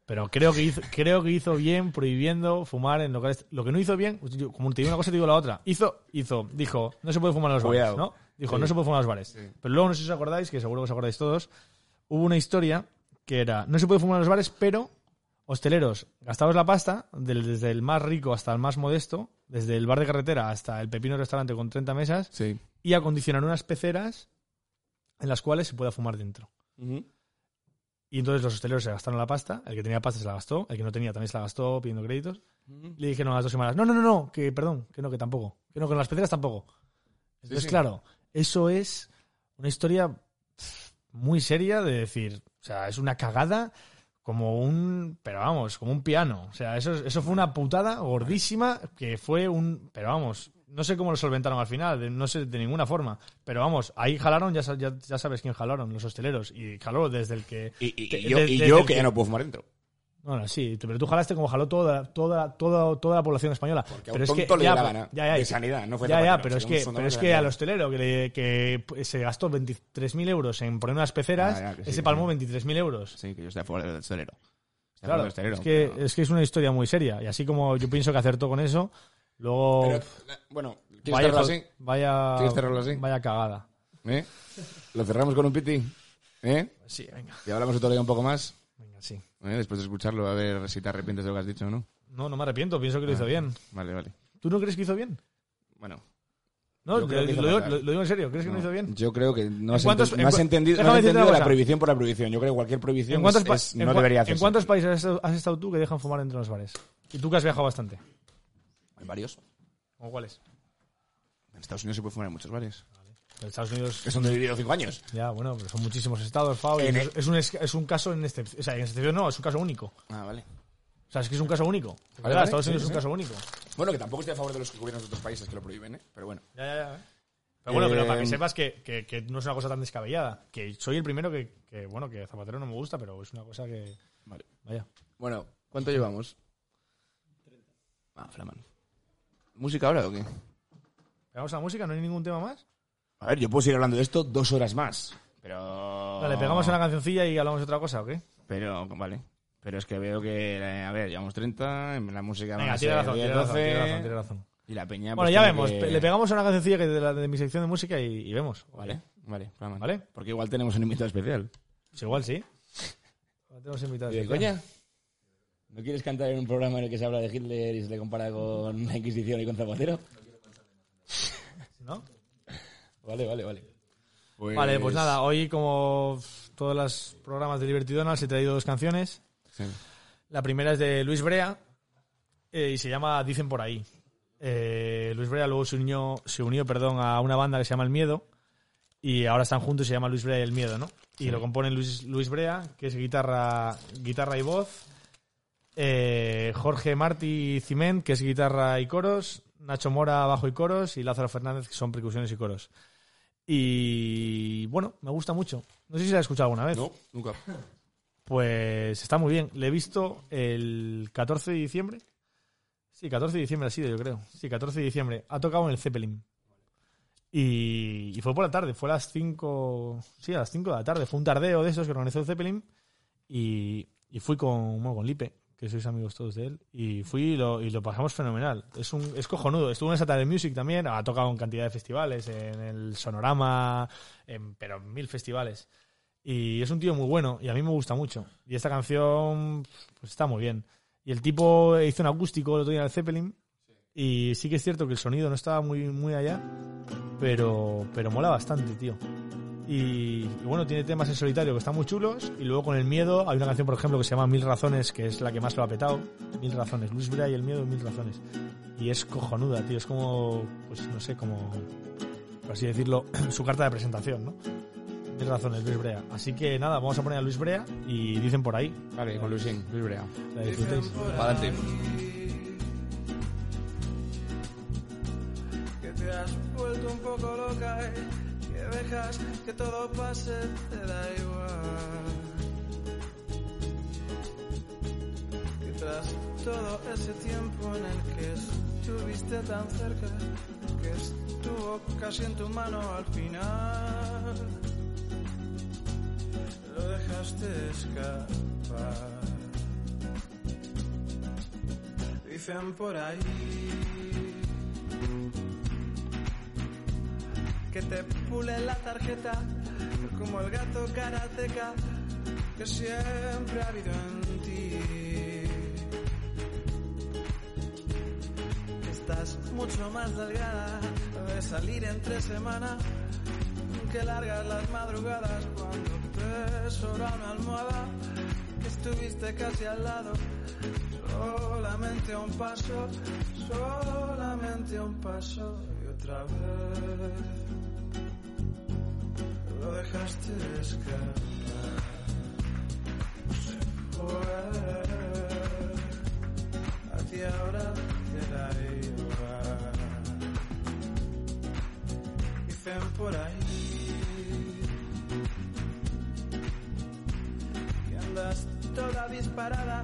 S2: Pero creo que hizo, creo que hizo bien prohibiendo fumar en locales. Lo que no hizo bien, pues, yo, como te digo una cosa, te digo la otra. Hizo, hizo, dijo, no se puede fumar en los
S1: Cuidado.
S2: bares, ¿no? Dijo,
S1: Sí.
S2: no se puede fumar en los bares. Pero luego, no sé si os acordáis, que seguro que os acordáis todos, hubo una historia que era, no se puede fumar en los bares, pero hosteleros, gastaos la pasta, del- desde el más rico hasta el más modesto, desde el bar de carretera hasta el pepino restaurante con 30 mesas,
S1: Sí.
S2: y acondicionar unas peceras en las cuales se pueda fumar dentro. Y entonces los hosteleros se gastaron la pasta, el que tenía pasta se la gastó, el que no tenía también se la gastó pidiendo créditos. Le dijeron a las dos semanas, no, no, no, no, que perdón, que no, que tampoco, que no, que en las peceras tampoco. Entonces,
S1: sí.
S2: claro, eso es una historia pff, muy seria de decir, o sea, es una cagada como un, pero vamos, como un piano. O sea, eso, eso fue una putada gordísima que fue un, pero vamos, no sé cómo lo solventaron al final, de- no sé de ninguna forma. Pero vamos, ahí jalaron, ya, sa- ya, ya sabes quién jalaron, los hosteleros. Y jaló desde el que...
S1: Y, y-
S2: de-
S1: y yo,
S2: de-
S1: y
S2: desde
S1: yo
S2: el
S1: que ya no puedo fumar dentro.
S2: Bueno, sí, tú- pero tú jalaste como jaló toda, toda, toda, toda la población española.
S1: Que a
S2: pero
S1: un
S2: es que,
S1: tonto le
S2: ya,
S1: dio la
S2: pero-
S1: gana.
S2: ya, ya,
S1: de sanidad, no fue
S2: ya,
S1: Zapatero,
S2: ya, pero es
S1: sino un
S2: que,
S1: sondeo
S2: pero es
S1: de
S2: que al
S1: sanidad.
S2: hostelero que, le- que pues, se gastó 23.000 euros en poner unas peceras,
S1: Ah, ya, que sí,
S2: ese
S1: que
S2: palmó
S1: sí.
S2: 23.000 euros.
S1: Sí, que yo estoy a favor del hostelero. Estoy a favor
S2: Claro,
S1: del hostelero,
S2: es, que,
S1: pero-
S2: es que es una historia muy seria. Y así como yo pienso que acertó con eso, luego
S1: Pero, la- bueno, ¿quieres
S2: vaya,
S1: cerrarlo
S2: jo-
S1: así?
S2: vaya,
S1: ¿Quieres cerrarlo así?
S2: vaya cagada.
S1: ¿Eh? ¿Lo cerramos con un piti? ¿Eh?
S2: Sí, venga,
S1: Y hablamos otro día un poco más.
S2: venga, sí.
S1: ¿eh? Después de escucharlo, a ver si te arrepientes de lo que has dicho o no.
S2: No, no me arrepiento, pienso que lo hizo
S1: Ah.
S2: bien.
S1: Vale, vale.
S2: ¿Tú no crees que hizo bien?
S1: Bueno.
S2: No,
S1: Yo
S2: lo,
S1: creo que hizo
S2: lo digo,
S1: fatal.
S2: lo- lo digo en serio, ¿crees que no, hizo bien?
S1: Yo creo que no has,
S2: cuántos-
S1: enten-
S2: en
S1: no has
S2: cua-
S1: entendido, no
S2: déjame
S1: has
S2: decirte una
S1: entendido la
S2: cosa.
S1: prohibición por la prohibición. Yo creo que cualquier prohibición
S2: ¿En cuántos,
S1: es-
S2: pa-
S1: es-
S2: en
S1: no
S2: cua-
S1: debería
S2: en
S1: hacerse.
S2: cuántos países has estado, has estado tú que dejan fumar entre los bares? Y tú que has viajado bastante.
S1: En varios.
S2: ¿O cuáles?
S1: En Estados Unidos se puede fumar en muchos bares.
S2: En Estados Unidos.
S1: Que son de vivido cinco años.
S2: Ya, bueno, pero son muchísimos estados, Fao. y
S1: En
S2: es, es un, es- es un caso en excepción. O sea, en excepción no, es un caso único. O
S1: Ah, vale.
S2: sea, es que es un caso único. Es
S1: Vale,
S2: verdad,
S1: vale,
S2: Estados
S1: sí,
S2: Unidos
S1: sí,
S2: es un
S1: sí.
S2: caso único.
S1: Bueno, que tampoco estoy a favor de los gobiernos de otros países que lo prohíben, ¿eh? Pero bueno.
S2: Ya, ya, ya. Pero bueno, pero para
S1: Eh,
S2: que sepas que, que- que no es una cosa tan descabellada. Que soy el primero que, que, bueno, que Zapatero no me gusta, pero es una cosa que.
S1: Vale.
S2: Vaya.
S1: Bueno, ¿cuánto llevamos? Ah, flaman. ¿Música ahora o qué?
S2: ¿Pegamos a la música? ¿No hay ningún tema más?
S1: A ver, yo puedo seguir hablando de esto dos horas más. Pero.
S2: Vale, pegamos una cancioncilla y hablamos de otra cosa, ¿o qué?
S1: Pero, vale. Pero es que veo que, eh, a ver, llevamos 30, en la música van
S2: Venga,
S1: a
S2: tiene
S1: ser
S2: razón,
S1: 10,
S2: tiene razón,
S1: 12,
S2: tiene razón, tiene razón.
S1: Y la peña.
S2: Bueno,
S1: pues,
S2: ya
S1: tiene
S2: vemos.
S1: que-
S2: pe- Le pegamos a una cancioncilla que de, la, de mi sección de música y, y vemos.
S1: Vale, vale, Flaman.
S2: Vale.
S1: Porque igual tenemos un invitado especial.
S2: Pues igual sí. Ahora tenemos invitados.
S1: ¿De coña? ¿No quieres cantar en un programa en el que se habla de Hitler y se le compara con la Inquisición y con Zapatero?
S2: ¿No?
S1: Vale, vale, vale.
S2: Vale, pues nada, hoy como todos los programas de Libertidonals he traído dos canciones.
S1: Sí.
S2: La primera es de Luis Brea eh, y se llama Dicen por ahí. Eh, Luis Brea luego se unió, se unió perdón, a una banda que se llama El Miedo y ahora están juntos y se llama Luis Brea y El Miedo, ¿no? Y lo componen Luis, Luis Brea, que es guitarra, guitarra y voz, eh, Jorge Martí Ciment, que es guitarra y coros, Nacho Mora, bajo y coros y Lázaro Fernández, que son percusiones y coros. Y bueno, me gusta mucho. No sé si la he escuchado alguna vez.
S3: No, nunca.
S2: Pues está muy bien. Le he visto el 14 de diciembre. Sí, 14 de diciembre ha sido, yo creo. Sí, 14 de diciembre. Ha tocado en el Zeppelin. Y, y fue por la tarde, fue a las 5. Sí, a las 5 de la tarde. Fue un tardeo de esos que organizó el Zeppelin. Y, y fui con, bueno, con Lipe, que sois amigos todos de él. Y fui y lo, y lo pasamos fenomenal. Es, un, es cojonudo. Estuvo en Saturday Music también. Ha tocado en cantidad de festivales, en el Sonorama, en, pero en mil festivales. Y es un tío muy bueno y a mí me gusta mucho. Y esta canción pues está muy bien. Y el tipo hizo un acústico el otro día en el Zeppelin. Y sí que es cierto que el sonido no estaba muy, muy allá, pero, pero mola bastante, tío. Y, y bueno, tiene temas en solitario que están muy chulos. Y luego con El Miedo, hay una canción, por ejemplo, que se llama Mil Razones, que es la que más lo ha petado. Mil Razones. Luis Brea y El Miedo, Mil Razones. Y es cojonuda, tío. Es como, pues no sé, como, por así decirlo, su carta de presentación, ¿no? Tienes razón, es Luis Brea. Así que nada, vamos a poner a Luis Brea y dicen por ahí.
S1: Vale, con Luisín, Luis Brea.
S2: La disfrutéis.
S3: Adelante.
S4: que te has vuelto un poco loca y que dejas que todo pase, te da igual. Que tras todo ese tiempo en el que estuviste tan cerca, que estuvo casi en tu mano al final, lo dejaste escapar. Dicen por ahí que te pule la tarjeta, como el gato karateca que siempre ha habido en ti. Estás mucho más delgada de salir entre semana que largas las madrugadas cuando te sobra una almohada que estuviste casi al lado. Solamente un paso, solamente un paso y otra vez lo dejaste escapar. Joder, a ti ahora te la igual. Dicen por ahí que andas toda disparada,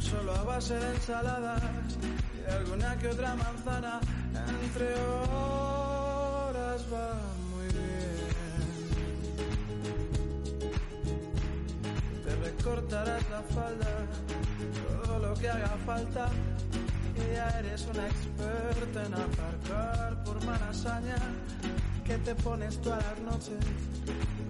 S4: solo a base de ensaladas y alguna que otra manzana entre horas va muy bien. Te recortarás la falda, todo lo que haga falta. Y ya eres una experta en aparcar por malasaña que te pones todas las noches.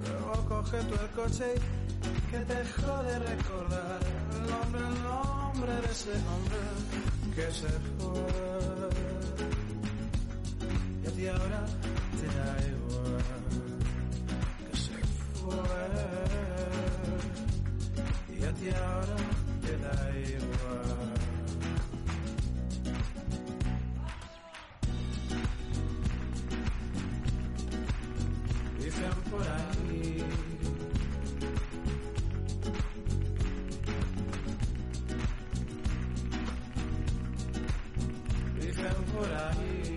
S4: Luego coge tú el coche y que te jode recordar el nombre, el nombre de ese hombre que se fue. Y a ti ahora te da igual que se fue. Y a ti ahora te da igual. dicen por ahí. Dicen por ahí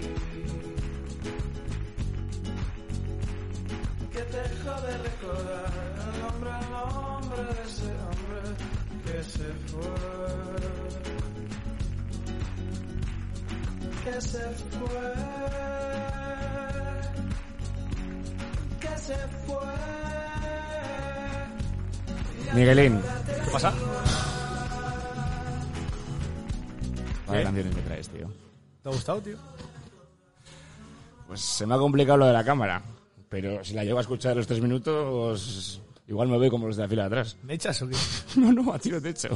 S4: que te jode recordar el nombre, el nombre de ese hombre que se fue que se fue, que se fue.
S1: Miguelín,
S2: ¿Qué pasa?
S1: vaya
S2: ¿Qué?
S1: canciones me traes, tío.
S2: ¿Te ha gustado, tío?
S1: Pues se me ha complicado lo de la cámara, pero si la llevo a escuchar los tres minutos, igual me veo como los de la fila de atrás.
S2: ¿Me echas o qué?
S1: No, no, a tiro techo.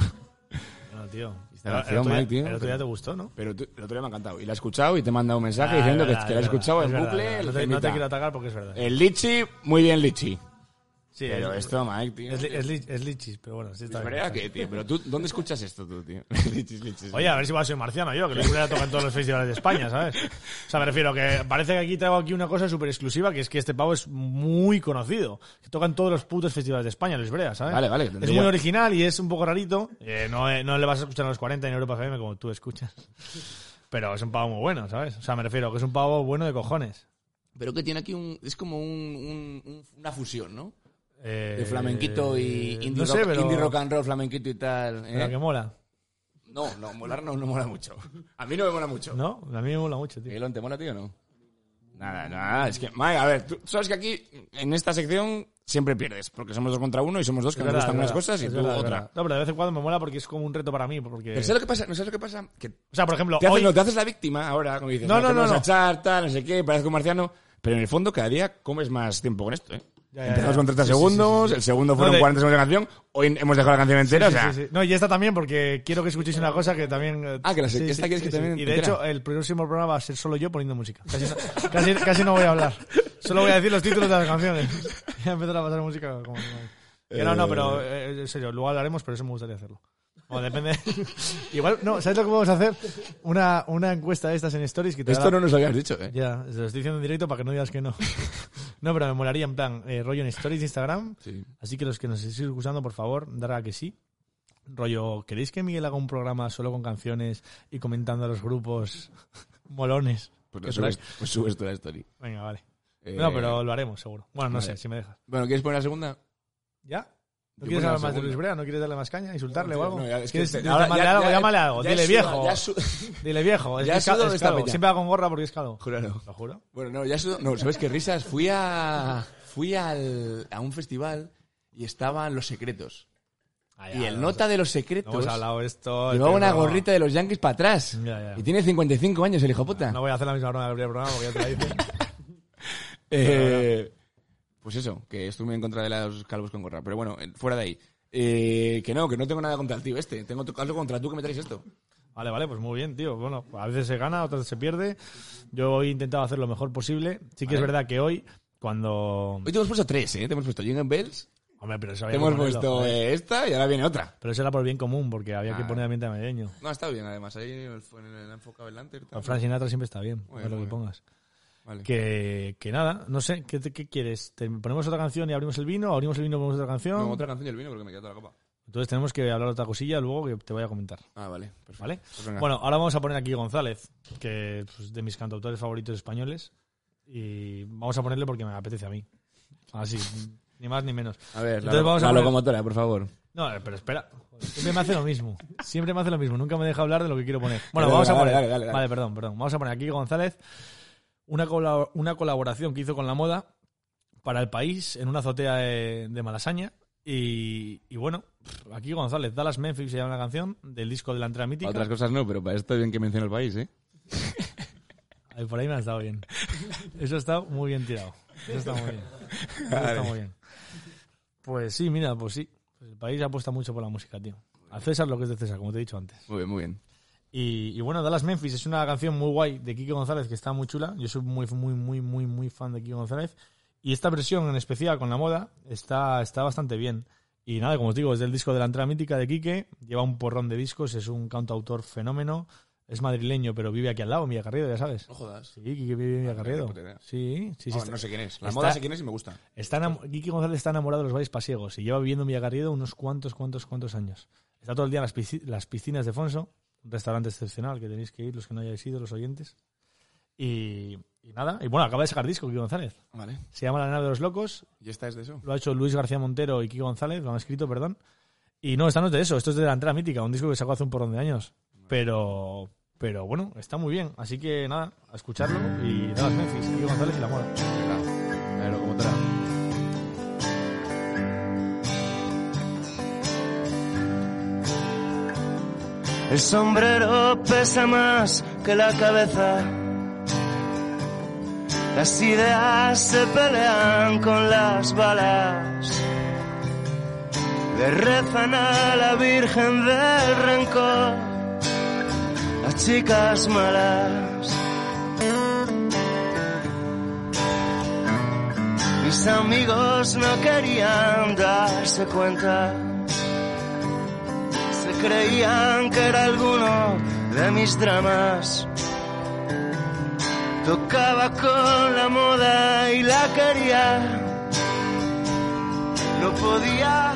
S2: No, tío.
S1: Esta canción,
S2: otro día-
S1: Mike, tío.
S2: el otro día te gustó, ¿no?
S1: Pero tú, el otro día me ha encantado. Y la he escuchado y te he mandado un mensaje
S2: Ah,
S1: diciendo
S2: es
S1: que,
S2: verdad,
S1: que la he
S2: es
S1: escuchado en
S2: verdad, es
S1: bucle.
S2: verdad.
S1: el
S2: No te, no
S1: temita.
S2: te quiero atacar porque es verdad.
S1: El lichi, muy bien lichi.
S2: sí,
S1: Pero
S2: es,
S1: esto, Mike, tío.
S2: es, li- es, li- es lichis, pero bueno, sí está
S1: Luis
S2: bien.
S1: Brea, ¿qué, tío? Pero tú, ¿dónde escuchas esto tú, tío? lichis, lichis.
S2: Oye, a ver si igual soy marciano yo, que lo hubiera tocado en todos los festivales de España, ¿sabes? O sea, me refiero que parece que aquí traigo aquí una cosa súper exclusiva, que es que este pavo es muy conocido. Que toca en todos los putos festivales de España, Luis Brea, ¿sabes?
S1: Vale, vale,
S2: Es
S1: tendría-
S2: muy original y es un poco rarito. Eh, no, eh, no le vas a escuchar a los 40 en Europa FM como tú escuchas. Pero es un pavo muy bueno, ¿sabes? O sea, me refiero que es un pavo bueno de cojones.
S3: Pero que tiene aquí un. Es como un, un- un- una fusión, ¿no?
S2: Eh,
S1: De flamenquito y indie,
S2: no sé,
S1: rock,
S2: pero-
S1: indie rock and roll, flamenquito y tal. ¿eh?
S2: Pero que mola.
S1: No, no, molar no, no mola mucho. A mí no me mola mucho.
S2: ¿No? A mí me mola mucho, tío.
S1: Elon, ¿te mola, tío, o no? Nada, nada, es que, Mike, a ver, tú sabes que aquí, en esta sección, siempre pierdes, porque somos dos contra uno y somos dos que
S2: Es
S1: nos
S2: verdad,
S1: gustan
S2: es
S1: unas
S2: verdad,
S1: cosas y
S2: es
S1: tú
S2: verdad, es
S1: otra.
S2: verdad. No, pero de vez en cuando me mola porque es como un reto para mí. Porque...
S1: Pero ¿sabes lo que pasa? ¿No sabes lo que pasa? Que,
S2: O sea, por ejemplo,
S1: te, haces-
S2: hoy...
S1: no, te haces la víctima ahora, como dices,
S2: No, no,
S1: te
S2: no,
S1: vas a
S2: no.
S1: echar, tal, no sé qué, parezco un marciano, pero en el fondo cada día comes más tiempo con esto, ¿eh?
S2: Ya, ya,
S1: Empezamos
S2: ya.
S1: con 30
S2: Sí, sí,
S1: segundos, el segundo fueron
S2: No, de-
S1: 40 segundos de canción, hoy hemos dejado la canción entera,
S2: Sí,
S1: o sea...
S2: sí, sí. No, y esta también, porque quiero que escuchéis una cosa que también. eh,
S1: Ah, que la- esta quieres que también
S2: Y de
S1: entera.
S2: hecho, el próximo programa va a ser solo yo poniendo música. Casi no, casi, casi no voy a hablar. Solo voy a decir los títulos de las canciones. Ya empezar a pasar música como. Que no, no, pero eh, en serio, luego hablaremos, pero eso me gustaría hacerlo. O depende. Igual, no, ¿sabes lo que vamos a hacer? Una, una encuesta de estas en Stories que te
S1: Esto
S2: da-
S1: no nos lo habías dicho, ¿eh?
S2: Ya, se lo estoy diciendo en directo para que no digas que no. No, pero me molaría en plan, eh, rollo en stories de Instagram.
S1: Sí.
S2: Así que los que nos estéis escuchando, por favor, dar a que sí. Rollo, ¿queréis que Miguel haga un programa solo con canciones y comentando a los grupos molones?
S1: Pues,
S2: ¿Qué
S1: lo subes,
S2: traes?
S1: pues subes tú la story.
S2: Venga, vale.
S1: Eh,
S2: No, pero lo haremos, seguro. Bueno, no
S1: vale.
S2: sé, si me dejas.
S1: Bueno, ¿quieres poner la segunda?
S2: ¿Ya? ¿No
S1: Yo pongo
S2: quieres
S1: la
S2: hablar más de
S1: segunda.
S2: Luis Brea? ¿No quieres darle más caña? ¿Insultarle o algo?
S1: No, ya, es que
S2: ¿Quieres-
S1: te- ahora
S2: llámale
S1: ya-
S2: algo,
S1: ya-
S2: llámale algo.
S1: ya
S2: Dile
S1: suda,
S2: viejo.
S1: ya su-
S2: Dile viejo. Es
S1: ya
S2: que es ca-
S1: sudo
S2: es
S1: esta
S2: calvo.
S1: peña.
S2: Siempre va con gorra porque es calvo.
S1: Júralo.
S2: Lo juro.
S1: Bueno, no, ya sudo- No, ¿sabes qué risas? Fui a. Fui al, a un festival y estaban los secretos. y el nota de los
S2: No
S1: secretos
S2: hemos hablado esto.
S1: llevaba una
S2: pero-
S1: gorrita de los Yankees para atrás.
S2: Ya, ya.
S1: Y tiene 55 años el hijo puta.
S2: No voy a hacer la misma broma del primer programa porque ya te la hice.
S1: Eh, pues eso, que estuve en contra de los calvos con gorra. Pero bueno, eh, fuera de ahí. Eh, que no, que no tengo nada contra el tío este. Tengo tu- algo contra tú que me traes esto.
S2: Vale, vale, pues muy bien, tío. Bueno, a veces se gana, otras se pierde. Yo he intentado hacer lo mejor posible. Sí que es
S1: Vale.
S2: verdad que hoy, cuando...
S1: Hoy te hemos puesto tres, ¿eh? Te hemos puesto Jingle Bells,
S2: Hombre, pero eso
S1: te
S2: había que
S1: hemos
S2: ponerlo,
S1: puesto
S2: joder.
S1: eh, esta y ahora viene otra.
S2: Pero eso era por bien común, porque había que
S1: Ah.
S2: poner ambiente navideño.
S1: No, ha estado bien, además. Ahí en el, en el enfocado el Lantern. tal.
S2: Pero Frank Sinatra siempre está bien,
S1: Muy bien,
S2: es lo que
S1: muy
S2: pongas.
S1: Vale.
S2: Que, que nada, no sé, ¿qué, te- qué quieres? ¿Te ¿Ponemos otra canción y abrimos el vino? ¿Abrimos el vino y ponemos otra canción?
S1: No, otra canción y el vino porque me queda toda la copa.
S2: Entonces tenemos que hablar otra cosilla luego que te voy a comentar.
S1: Ah, vale. perfecto.
S2: ¿Vale?
S1: Pues venga.
S2: Bueno, ahora vamos a poner aquí González, que es de mis cantautores favoritos españoles. Y vamos a ponerle porque me apetece a mí. Así, ni más ni menos.
S1: A ver, la,
S2: Entonces vamos a
S1: la
S2: poner-
S1: locomotora, por favor.
S2: No, pero espera. Siempre me hace lo mismo. Siempre me hace lo mismo. Nunca me deja hablar de lo que quiero poner. Bueno,
S1: Dale,
S2: vamos a
S1: dale,
S2: poner.
S1: dale, dale, dale.
S2: Vale, perdón, perdón. Vamos a poner aquí González una, cola- una colaboración que hizo con la moda para el país en una azotea de, de Malasaña. Y, y bueno, aquí González, Dallas Memphis se llama la canción del disco de la entrada mítica.
S1: Para otras cosas no, pero para esto es bien que menciona el país, ¿eh?
S2: Ay, por ahí me has dado bien. Eso está muy bien tirado. Eso está muy bien. Eso está muy bien. Pues sí, mira, pues sí. Pues el país apuesta mucho por la música, tío. A César lo que es de César, como te he dicho antes.
S1: Muy bien, muy bien.
S2: Y, y bueno, Dallas Memphis es una canción muy guay de Kiko González que está muy chula. Yo soy muy, muy, muy, muy, muy fan de Kiko González. Y esta versión en especial con la moda está, está bastante bien. Y nada, como os digo, es del disco de la entrada mítica de Quique. Lleva un porrón de discos, es un cantautor fenómeno. Es madrileño, pero vive aquí al lado, en Villacarriedo, ya sabes.
S1: No jodas.
S2: Sí, Quique vive en Villacarriedo.
S1: puta idea.
S2: Sí, sí, sí. está-
S1: pues Ah, no sé quién es. La
S2: está-
S1: moda sé quién es y me gusta.
S2: Está enamo- Quique González está enamorado de los valles pasiegos y lleva viviendo en Villagarrido unos cuantos, cuantos, cuantos años. Está todo el día en las, pisci- las piscinas de Fonso, un restaurante excepcional que tenéis que ir, los que no hayáis ido, los oyentes. Y, y nada, y bueno, acaba de sacar disco Quique González.
S1: Vale.
S2: Se llama La nave de los locos,
S1: ¿Y esta es de eso?
S2: lo ha hecho Luis García Montero y Quique González, lo han escrito, perdón. Y no, esta no es de eso, esto es de la entrada mítica, un disco que sacó hace un porrón de años. Pero, pero bueno, está muy bien, así que nada, a escucharlo y nada, Memphis, Quique González y la moda.
S1: Venga. La locomotora.
S3: El sombrero pesa más que la cabeza. Las ideas se pelean con las balas. Le rezan a la Virgen del Rencor las chicas malas. Mis amigos no querían darse cuenta se creían que era alguno de mis dramas. Tocaba con la moda y la quería. No podía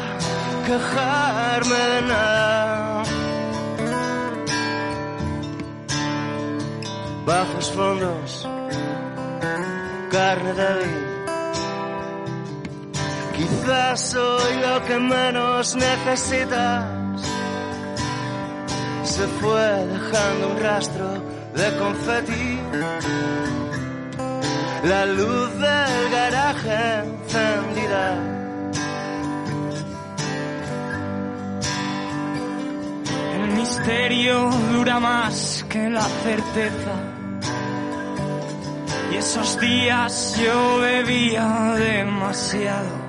S3: quejarme de nada. Bajos fondos, carne de vid. Quizás soy lo que menos necesitas. Se fue dejando un rastro de confeti. La luz del garaje encendida.
S5: El misterio dura más que la certeza. Y esos días yo bebía demasiado.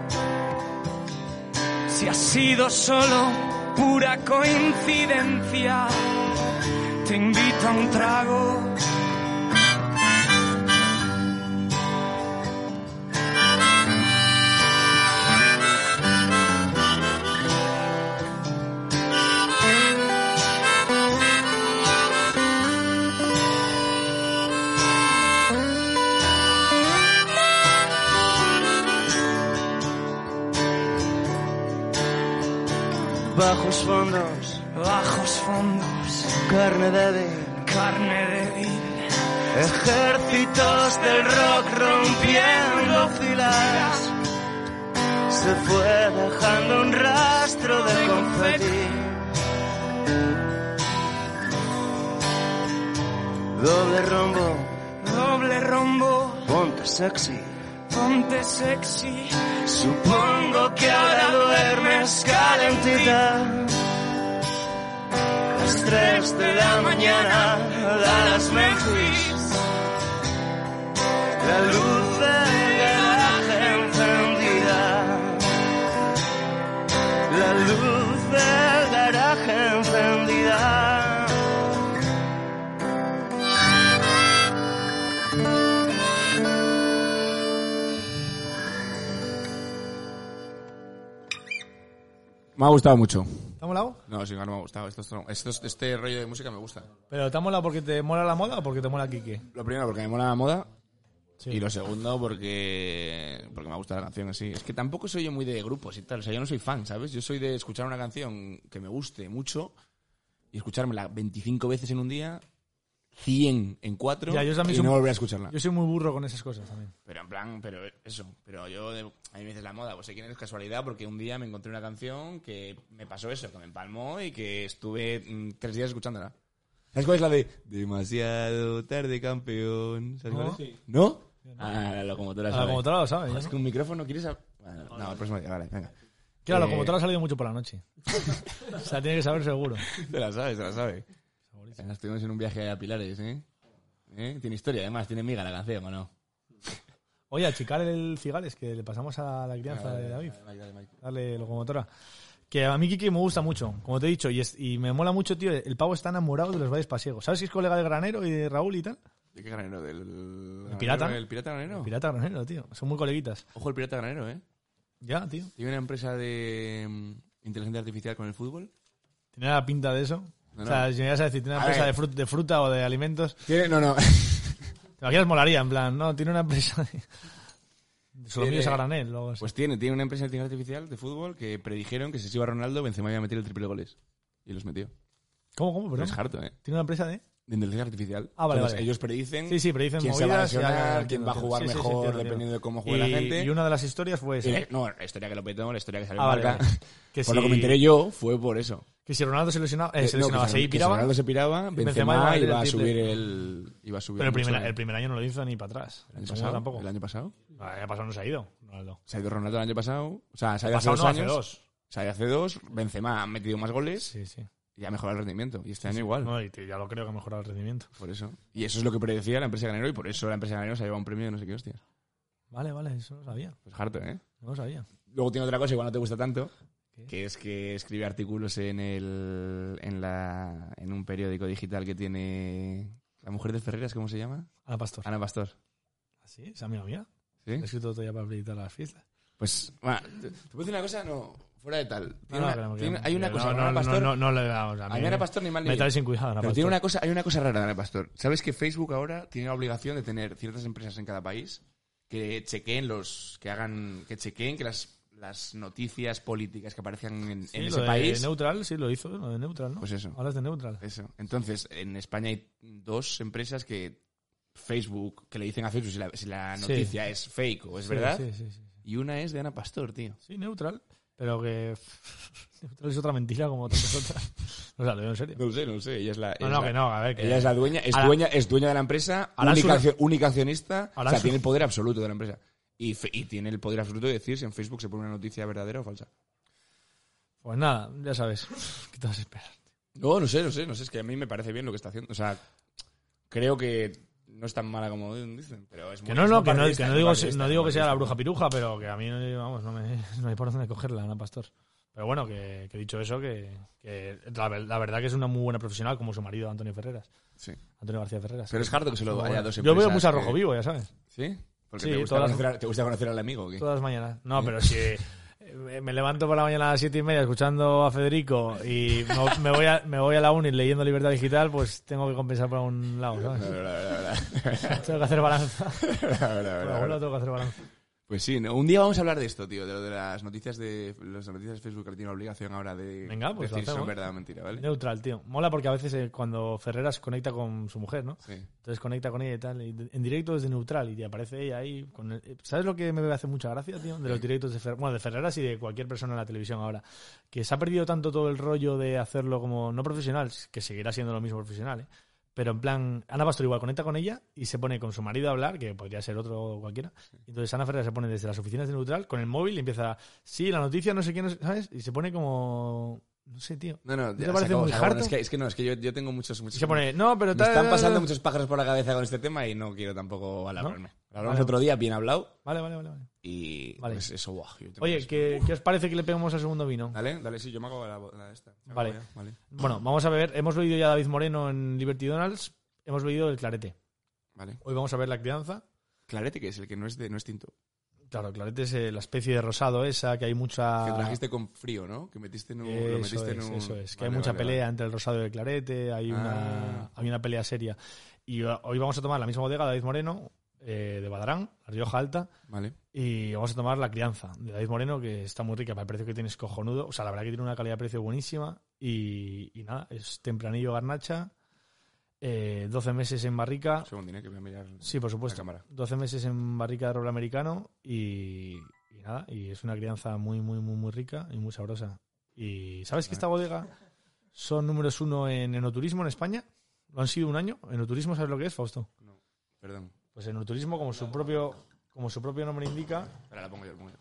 S5: Si ha sido solo pura coincidencia, te invito a un trago.
S3: Bajos fondos,
S5: Bajos fondos,
S3: carne débil,
S5: carne débil,
S3: ejércitos del rock rompiendo filas. Se fue dejando un rastro de confeti. Doble rombo,
S5: doble rombo,
S3: ponte sexy.
S5: ponte sexy.
S3: Supongo que ahora duermes calentita. Las tres de la mañana a las Memphis. La luz del garaje encendida. La luz del garaje encendida.
S1: Me ha gustado mucho.
S2: ¿Te ha molado?
S1: No, sí, no me ha gustado. Esto, esto- esto- este rollo de música me gusta.
S2: ¿Pero te ha molado porque te mola la moda o porque te mola Kike?
S1: Lo primero, porque me mola la moda.
S2: Sí.
S1: Y lo segundo, porque, porque me gusta la canción así. Es que tampoco soy yo muy de grupos y tal. O sea, yo no soy fan, ¿sabes? Yo soy de escuchar una canción que me guste mucho y escuchármela 25 veces en un día, 100 en 4
S2: Ya, yo
S1: y
S2: también soy
S1: no
S2: un-
S1: volver a escucharla.
S2: Yo soy muy burro con esas cosas también.
S1: Pero en plan, pero eso. Pero yo, de- a mí me dices la moda, pues sé quién es casualidad, porque un día me encontré una canción que me pasó eso, que me empalmó y que estuve mm, tres días escuchándola. ¿Sabes cuál es la de Demasiado tarde, campeón? ¿Sabes
S2: No.
S1: cuál es? ¿No? Ah, la locomotora
S2: A la
S1: sabe.
S2: locomotora lo sabes.
S1: Joder, es
S2: ¿no?
S1: que un micrófono quieres... a- Bueno, no, el próximo día, vale, venga.
S2: Que la
S1: Eh,
S2: locomotora ha salido mucho por la noche. o sea, tiene que saber seguro.
S1: Te la sabes, te la sabes. Además, Estuvimos en un viaje a Pilares, ¿eh? ¿Eh? Tiene historia, además, tiene miga la canción, ¿o no?
S2: Oye, a chicar el cigales que le pasamos a la crianza de David. Dale, locomotora. Que a mí Kike me gusta mucho, como te he dicho, y, es- y me mola mucho, tío. El pavo está enamorado de los valles pasiegos. ¿Sabes si es colega de Granero y de Raúl y tal?
S1: ¿De qué granero? ¿Del
S2: ¿El pirata?
S1: ¿El pirata granero?
S2: Pirata Granero, tío. Son muy coleguitas.
S1: Ojo, el pirata granero, ¿eh?
S2: Ya, tío.
S1: Tiene una empresa de mm, inteligencia artificial con el fútbol.
S2: Tiene la pinta de eso.
S1: No,
S2: O sea,
S1: no.
S2: si me ibas a decir, tiene una
S1: A
S2: empresa de
S1: ver.
S2: fruta, de fruta o de alimentos.
S1: Tiene, no, no.
S2: Te imaginas, molaría, en plan, no, tiene una empresa de. de Solomillos
S1: Tiene-
S2: a granel, luego.
S1: Pues tiene, tiene una empresa de inteligencia artificial de fútbol que predijeron que si se iba Ronaldo, Benzema iba a meter el triple de goles. Y los metió.
S2: ¿Cómo, cómo?
S1: Pero
S2: Perdón.
S1: es harto, ¿eh?
S2: Tiene una empresa de.
S1: De inteligencia artificial.
S2: Ah, vale,
S1: Entonces,
S2: vale.
S1: ellos predicen
S2: Sí, sí, pero dicen
S1: quién se va a
S2: movidas. ya,
S1: lesionar,
S2: ya,
S1: quién
S2: entiendo,
S1: va a jugar
S2: entiendo. Sí, sí,
S1: mejor,
S2: sí, entiendo,
S1: dependiendo
S2: entiendo.
S1: de cómo juega
S2: Y-
S1: la gente.
S2: Y una de las historias fue esa.
S1: Y la- no, la historia que lo petó, la historia que salió
S2: Ah, vale,
S1: marca.
S2: vale. Que
S1: Por lo que
S2: si-
S1: me enteré yo, fue por eso.
S2: Que si Ronaldo se lesionaba, eh, se
S1: No,
S2: lesionaba,
S1: que
S2: se
S1: que
S2: piraba,
S1: Ronaldo se piraba, Benzema,
S2: iba a meter
S1: iba a
S2: el triple.
S1: subir el... Iba a subir
S2: Pero el
S1: mucho
S2: primer, el primer año no lo hizo ni para atrás. El,
S1: año
S2: segundo
S1: pasado,
S2: tampoco.
S1: El año pasado.
S2: El año pasado no se ha ido, Ronaldo.
S1: Se ha ido Ronaldo el año pasado. O sea, se ha
S2: El
S1: ido hace
S2: pasado
S1: dos
S2: no, hace
S1: años.
S2: dos.
S1: O sea, y hace dos, Benzema ha metido más goles
S2: Sí, sí.
S1: y ha mejorado el rendimiento. Y este año igual,
S2: No, y te- ya lo creo que ha mejorado el rendimiento.
S1: por eso. Y eso es lo que predecía la empresa Ganero y por eso la empresa Ganero se ha llevado un premio de no sé qué hostias.
S2: Vale, vale, eso no lo sabía.
S1: Pues harto, ¿eh?
S2: No lo sabía.
S1: Luego tiene otra cosa, igual no te gusta tanto,
S2: ¿Qué?
S1: que es que escribe artículos en el en la en un periódico digital que tiene la mujer de Ferreras, ¿cómo se llama?
S2: Ana Pastor.
S1: Ana Pastor.
S2: ¿Ah, ¿Sí? ¿Es amiga mía?
S1: ¿Sí?
S2: He escrito todavía para felicitar las fiestas.
S1: Pues, bueno, te te puedo decir una cosa, no, fuera de tal. Tiene
S2: No,
S1: una-
S2: no, que no, que
S1: tiene-
S2: no.
S1: hay una
S2: No,
S1: cosa
S2: no,
S1: con Ana
S2: no,
S1: Pastor.
S2: No, no, le damos.
S1: a mí Ana Pastor ni mal ni
S2: Me
S1: bien.
S2: traes sin cuidado, Ana
S1: Pero
S2: Pastor.
S1: tiene una cosa, hay una cosa rara, Ana Pastor. ¿Sabes que Facebook ahora tiene la obligación de tener ciertas empresas en cada país que chequeen los, que hagan, que chequeen que las, las noticias políticas que aparezcan en,
S2: Sí,
S1: en
S2: lo
S1: ese
S2: de
S1: país.
S2: Neutral, sí, lo hizo, lo de Neutral, ¿no?
S1: Pues eso.
S2: Hablas de Neutral.
S1: Eso. Entonces, en España hay dos empresas que Facebook, que le dicen a Facebook si la, si la
S2: Sí.
S1: noticia es fake o es verdad,
S2: Sí, sí, sí. sí.
S6: Y una es de Ana Pastor, tío.
S2: Sí, neutral. Pero que. Neutral es otra mentira como tantas otras. O sea, lo digo en serio.
S6: No lo sé, no lo sé. Ella es la.
S2: No,
S6: es
S2: no,
S6: la-
S2: que no, a ver. Que...
S1: Ella es la dueña, es
S2: Ahora-
S1: dueña, es dueña de la empresa,
S2: Ahora
S1: única,
S2: su-
S1: accio- única accionista, o
S2: Ahora
S1: sea,
S2: su-
S1: tiene el poder absoluto de la empresa. Y, fe- y tiene el poder absoluto de decir si en Facebook se pone una noticia verdadera o falsa.
S2: Pues nada, ya sabes. ¿Qué te vas a esperar?
S1: No, no sé, no sé, no sé, es que a mí me parece bien lo que está haciendo. O sea, creo que no es tan mala como dicen, pero es muy
S2: Que no, no, que no,
S1: partidista,
S2: que
S1: es
S2: no
S1: muy
S2: digo,
S1: partidista,
S2: no
S1: es
S2: digo
S1: muy
S2: que sea la bruja
S1: partidista.
S2: piruja, pero que a mí no, vamos, no, me, no hay por dónde cogerla, Ana Pastor. Pero bueno, que, que dicho eso, que, que la, ver- la verdad que es una muy buena profesional, como su marido Antonio Ferreras.
S1: Sí.
S2: Antonio García Ferreras.
S1: Pero es harto que se lo
S2: Muy
S1: vaya a
S2: buena.
S1: dos
S2: Yo veo
S1: empresas
S2: mucho a rojo
S1: que-
S2: vivo, ya sabes.
S1: ¿Sí? Porque
S2: Sí,
S1: te, gusta
S2: todas las-
S1: conocer al- te gusta conocer al amigo. o qué?
S2: Todas las mañanas. No, pero si eh, me me levanto por la mañana a las siete y media escuchando a Federico y me, me voy, a, me voy a la uni leyendo Libertad Digital, pues tengo que compensar por algún lado,
S1: La
S2: ¿sabes?
S1: verdad, la verdad.
S2: Tengo que hacer balanza.
S1: La verdad, la
S2: Por
S1: verdad.
S2: algún lado tengo que hacer balanza.
S1: Pues sí, no, un día vamos a hablar de esto, tío, de lo de las noticias de las noticias de Facebook que tiene obligación ahora de
S2: Venga, pues lo
S1: decir si son
S2: hacemos.
S1: verdad o mentira, ¿vale?
S2: Neutral, tío. Mola porque a veces eh, cuando Ferreras conecta con su mujer, ¿no?
S1: Sí.
S2: Entonces conecta con ella y tal. y de- en directo desde neutral y te aparece ella ahí. con el- eh, ¿Sabes lo que me hace mucha gracia, tío? De los directos de, Fer- bueno, de Ferreras y de cualquier persona en la televisión ahora. Que se ha perdido tanto todo el rollo de hacerlo como no profesional, que seguirá siendo lo mismo profesional, ¿eh? Pero en plan, Ana Pastor igual conecta con ella y se pone con su marido a hablar, que podría ser otro cualquiera. Entonces Ana Ferreras se pone desde las oficinas de neutral con el móvil y empieza, sí, la noticia, no sé quién, no sé- ¿sabes? Y se pone como. No sé, tío.
S1: No, no,
S2: te
S1: se
S2: parece
S1: acabó,
S2: muy
S1: se acabó.
S2: harto?
S1: Es que, es que no, es que yo, yo tengo muchos,
S2: Y
S1: muchos.
S2: se pone, no, pero
S1: me
S2: tal-
S1: están pasando muchos pájaros por la cabeza con este tema y no quiero tampoco alargarme. Lo hablamos
S2: Vale.
S1: otro día, bien hablado,
S2: Vale, vale, vale. vale.
S1: y
S2: Vale.
S1: pues eso, guau. yo tengo
S2: Oye,
S1: eso.
S2: ¿qué, qué os parece que le peguemos al segundo vino?
S1: Dale, dale, sí, yo me hago la, la de esta. Me hago
S2: Vale.
S1: ya, vale.
S2: Bueno, vamos a ver. Hemos bebido ya David Moreno en Liberty Donalds. Hemos bebido el clarete.
S1: Vale.
S2: Hoy vamos a ver la crianza.
S1: Clarete, que es el que no es, de, no es tinto.
S2: Claro, el clarete es eh, la especie de rosado esa que hay mucha.
S1: Que trajiste con frío, ¿no? Que metiste en un. lo
S2: Ah. Eso
S1: metiste en
S2: es,
S1: un...
S2: eso es. Que hay
S1: Vale,
S2: mucha
S1: vale,
S2: pelea entre el rosado y el clarete. Hay,
S1: Ah.
S2: una, hay una pelea seria. Y ho- hoy vamos a tomar la misma bodega de David Moreno, eh, de Badarán, La Rioja Alta.
S1: Vale.
S2: Y vamos a tomar la crianza de David Moreno, que está muy rica para el precio que tiene, es cojonudo. O sea, la verdad que tiene una calidad-precio buenísima. Y, y nada, es tempranillo garnacha, eh, 12 meses en barrica.
S1: Un segundín, eh, que voy a mirar.
S2: Sí, por supuesto.
S1: La cámara.
S2: 12 meses en barrica de roble americano y, y nada, y es una crianza muy, muy, muy, muy rica y muy sabrosa. Y ¿sabes que esta bodega son números uno en enoturismo en España? Lo han sido un año. ¿Enoturismo sabes lo que es, Fausto?
S1: Perdón.
S2: Pues enoturismo, como su propio, como su propio nombre indica...
S1: Espera, la pongo yo, la pongo yo.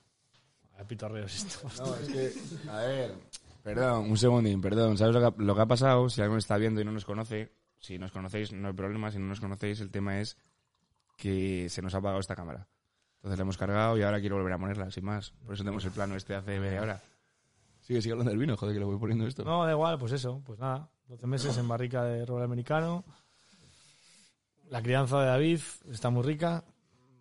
S2: A ver, pitorreos esto.
S1: No, es que, a ver. Perdón, un segundín, perdón. ¿Sabes lo que, ha, lo que ha pasado? Si alguien está viendo y no nos conoce, si nos conocéis no hay problema, si no nos conocéis el tema es que se nos ha apagado esta cámara. Entonces la hemos cargado y ahora quiero volver a ponerla, sin más. Por eso tenemos el plano este hace media hora. Sigue, sigue hablando del vino, joder, que lo voy poniendo esto.
S2: No, da igual, pues eso, pues nada. 12 meses en barrica de roble americano. La crianza de David está muy rica.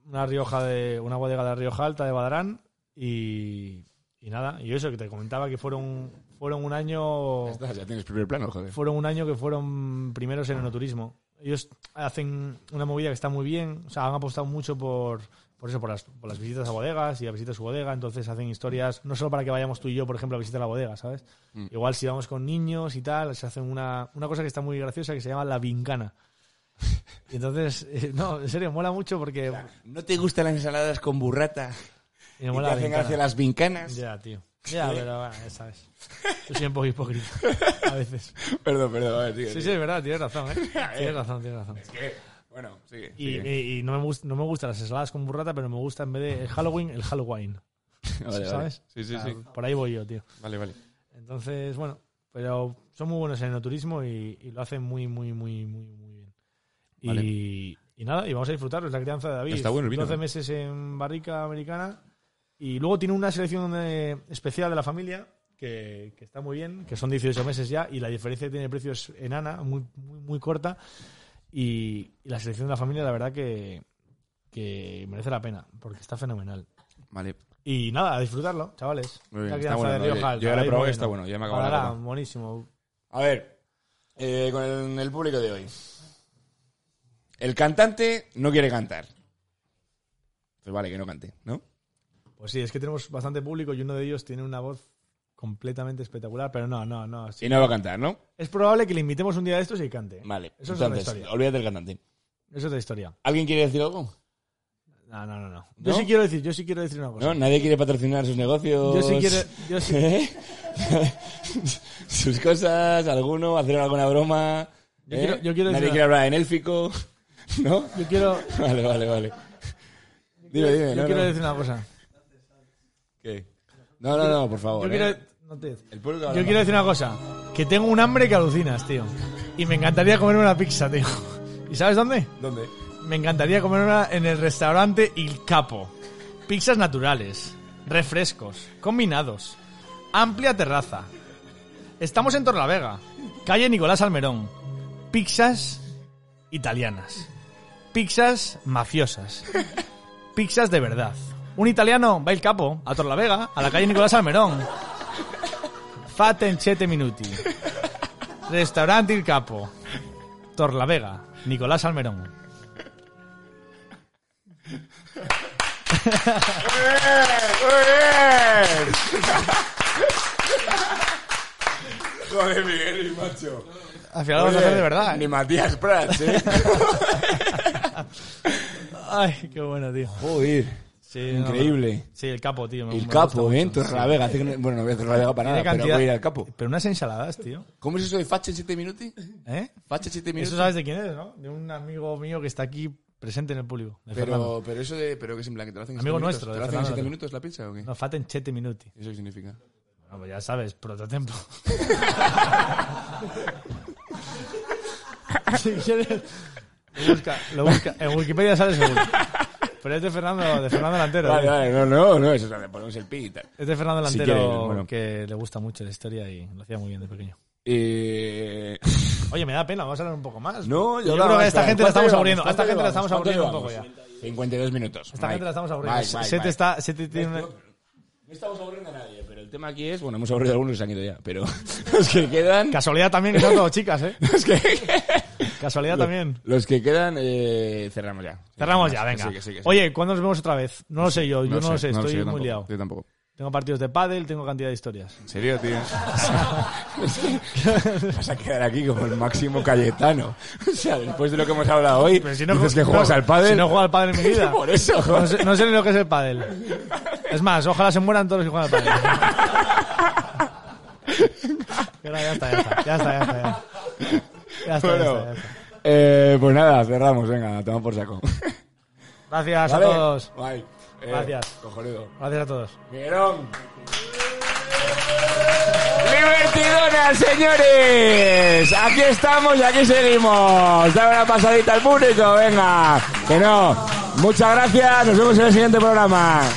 S2: Una Rioja de una bodega de la Rioja Alta de Badarán y, y nada, y eso que te comentaba que fueron fueron un año
S1: Ya, está, ya tienes primer plano, joder.
S2: fueron un año que fueron primeros en enoturismo. Ellos hacen una movida que está muy bien, o sea, han apostado mucho por, por eso, por las, por las visitas a bodegas y a visitas a su bodega, entonces hacen historias, no solo para que vayamos tú y yo, por ejemplo, a visitar la bodega, ¿sabes?
S1: Mm.
S2: Igual si vamos con niños y tal, se hacen una, una cosa que está muy graciosa que se llama la vincana. Y entonces, eh, no, en serio, mola mucho porque...
S1: ¿No te gustan las ensaladas con burrata?
S2: me
S1: ¿Y te
S2: mola la
S1: hacen
S2: vincana.
S1: gracia las vincanas?
S2: Ya, tío. Ya, pero bueno, ya sabes. Yo soy un poco hipócrita, a veces.
S1: Perdón, perdón, a ver, sigue,
S2: Sí, sí,
S1: sigue.
S2: es verdad, tienes razón, ¿eh? Tienes razón, tienes razón.
S1: Es que, bueno, sigue.
S2: Y, eh,
S1: sigue.
S2: y- y no, me gust- no me gustan las ensaladas con burrata, pero me gusta en vez de el Halloween, el Halloween.
S1: Vale, vale.
S2: ¿Sabes?
S1: Sí, sí,
S2: O sea,
S1: sí.
S2: Por ahí voy yo, tío.
S1: Vale, vale.
S2: Entonces, bueno, pero son muy buenos en el turismo y, y lo hacen muy, muy, muy, muy, muy bien. Y,
S1: Vale.
S2: y nada, y vamos a disfrutarlo. Es la crianza de David.
S1: Está bueno el vino,
S2: 12
S1: ¿no?
S2: meses en barrica americana. Y luego tiene una selección de- especial de la familia que, que está muy bien, que son 18 meses ya. Y la diferencia que tiene de precio es enana, muy, muy, muy corta. Y, y la selección de la familia, la verdad que, que merece la pena, porque está fenomenal.
S1: Vale.
S2: Y nada, a disfrutarlo, chavales.
S1: Muy bien,
S2: La
S1: está
S2: crianza
S1: bueno,
S2: de
S1: ¿no?
S2: Rioja
S1: Yo-
S2: Alta,
S1: yo ya la he
S2: David
S1: probado y está bueno, ya me acabo la
S2: Badarán,
S1: copa.
S2: buenísimo.
S1: A ver, eh, con el, el público de hoy. El cantante no quiere cantar. Pues vale, que no cante, ¿no?
S2: Pues sí, es que tenemos bastante público y uno de ellos tiene una voz completamente espectacular, pero no, no, no. sí.
S1: Y no va a cantar, ¿no?
S2: Es probable que le invitemos un día de estos y cante.
S1: Vale.
S2: Eso es otra
S1: Entonces,
S2: historia.
S1: olvídate del cantante.
S2: Eso es otra historia.
S1: ¿Alguien quiere decir algo?
S2: No, no, no, no.
S1: ¿No?
S2: Yo sí quiero decir, yo Pues sí quiero decir una cosa.
S1: ¿No? Nadie quiere patrocinar sus negocios.
S2: Yo sí quiero- yo sí-
S1: ¿Eh? sus cosas, alguno, hacer alguna broma.
S2: Yo
S1: ¿eh?
S2: quiero- yo quiero
S1: Nadie
S2: decir-
S1: quiere hablar en élfico. ¿No?
S2: Yo quiero,
S1: Vale, vale, vale. Dime, dime.
S2: yo
S1: no,
S2: quiero
S1: no.
S2: decir una cosa.
S1: ¿Qué? No, no, no, por favor.
S2: Yo
S1: ¿eh?
S2: quiero, no te-
S1: El pueblo que
S2: yo
S1: habla
S2: quiero decir una cosa. Que tengo un hambre que alucinas, tío. Y me encantaría comerme una pizza, tío. ¿Y sabes dónde?
S1: más. ¿Dónde?
S2: Me encantaría comer una en el restaurante Il Capo. Pizzas naturales, refrescos, combinados, amplia terraza. Estamos en Torlavega, calle Nicolás Almerón. Pizzas italianas, pizzas mafiosas, pizzas de verdad. Un italiano va Il Capo a Torlavega, a la calle Nicolás Almerón. Fate en siete minuti. Restaurante Il Capo, Torlavega, Nicolás Almerón.
S1: ¡Muy bien! Joder, Miguel, y macho.
S2: Al final lo vamos a hacer de verdad,
S1: Ni
S2: ¿eh?
S1: Matías Prats, ¿eh?
S2: Ay, qué bueno, tío.
S1: Joder.
S2: Sí, no,
S1: Increíble.
S2: no. sí, el capo, tío. me- me
S1: El
S2: gusta
S1: capo, ¿eh? En
S2: mucho.
S1: Torrelavega. Hace que no- Bueno, no voy a Torrelavega para
S2: Tiene
S1: nada, pero
S2: cantidad-
S1: voy a ir al capo.
S2: Pero unas ensaladas, tío.
S1: ¿Cómo es eso de facha en 7 minutos?
S2: ¿Eh?
S1: Facha en 7 minutos.
S2: Eso sabes de quién eres, ¿no? De un amigo mío que está aquí presente en el público. de Fernando.
S1: pero, pero eso de... Pero que es en plan que te lo hacen en
S2: Amigo
S1: siete minutos.
S2: nuestro,
S1: ¿Te
S2: de
S1: lo hacen en
S2: Fernando
S1: 7
S2: Alonso.
S1: minutos la pizza o qué?
S2: No, faten chete minuti.
S1: ¿Eso qué significa?
S2: Bueno, pues ya sabes, prototemplo. si quieres... Lo busca, lo busca. En Wikipedia sale seguro. Pero es de Fernando, de Fernando Delantero.
S1: Vale,
S2: tío.
S1: vale. No, no, no. Eso es le ponemos el pi y tal.
S2: Es de Fernando
S1: Si
S2: Delantero,
S1: quieres, bueno.
S2: que le gusta mucho la historia y lo hacía muy bien de pequeño.
S1: Eh...
S2: Oye, me da pena, vamos a hablar un poco más.
S1: No,
S2: yo, creo que a esta
S1: ¿eh?
S2: gente la estamos aburriendo. A esta gente la
S1: la
S2: estamos aburriendo un poco ya.
S1: 52 minutos.
S2: Esta gente la estamos aburriendo.
S1: Mike,
S2: Se-
S1: Mike,
S2: se te
S1: Mike.
S2: está, se te tiene...
S1: No estamos aburriendo a nadie, pero el tema aquí es... Bueno, hemos aburrido a algunos que se han ido ya, pero los que quedan...
S2: Casualidad también que son todos chicas, ¿eh?
S1: Los que,
S2: Casualidad también.
S1: los que quedan, eh, cerramos ya.
S2: Cerramos ya, venga.
S1: Sí, que sí, que sí.
S2: Oye, ¿cuándo nos vemos otra vez? No lo sé yo, yo no, lo sé, estoy
S6: yo
S2: muy
S6: tampoco,
S2: liado.
S6: Yo tampoco.
S2: Tengo partidos de pádel, tengo cantidad de historias.
S6: ¿En serio, tío?
S1: Vas a quedar aquí como el máximo Cayetano. O sea, después de lo que hemos hablado hoy,
S2: Pero
S1: dices que juegas
S2: no,
S1: al pádel.
S2: Si no juego al pádel en mi vida.
S1: Por eso, joder.
S2: No sé, no sé ni lo que es el pádel. Es más, ojalá se mueran todos los que juegan al pádel. Pero ya está, ya está, ya está, ya está. Ya está,
S1: Bueno,
S2: ya está, ya está, ya está.
S1: eh, pues nada, cerramos, venga, toma por saco.
S2: Gracias
S1: ¿Vale?
S2: a todos.
S1: Bye. Eh,
S2: Gracias.
S1: Cojonudo.
S2: Gracias a todos.
S1: Miguelón. ¡Libertidona, señores! Aquí estamos y aquí seguimos. Dame una pasadita al público, venga. Que no. Muchas gracias, nos vemos en el siguiente programa.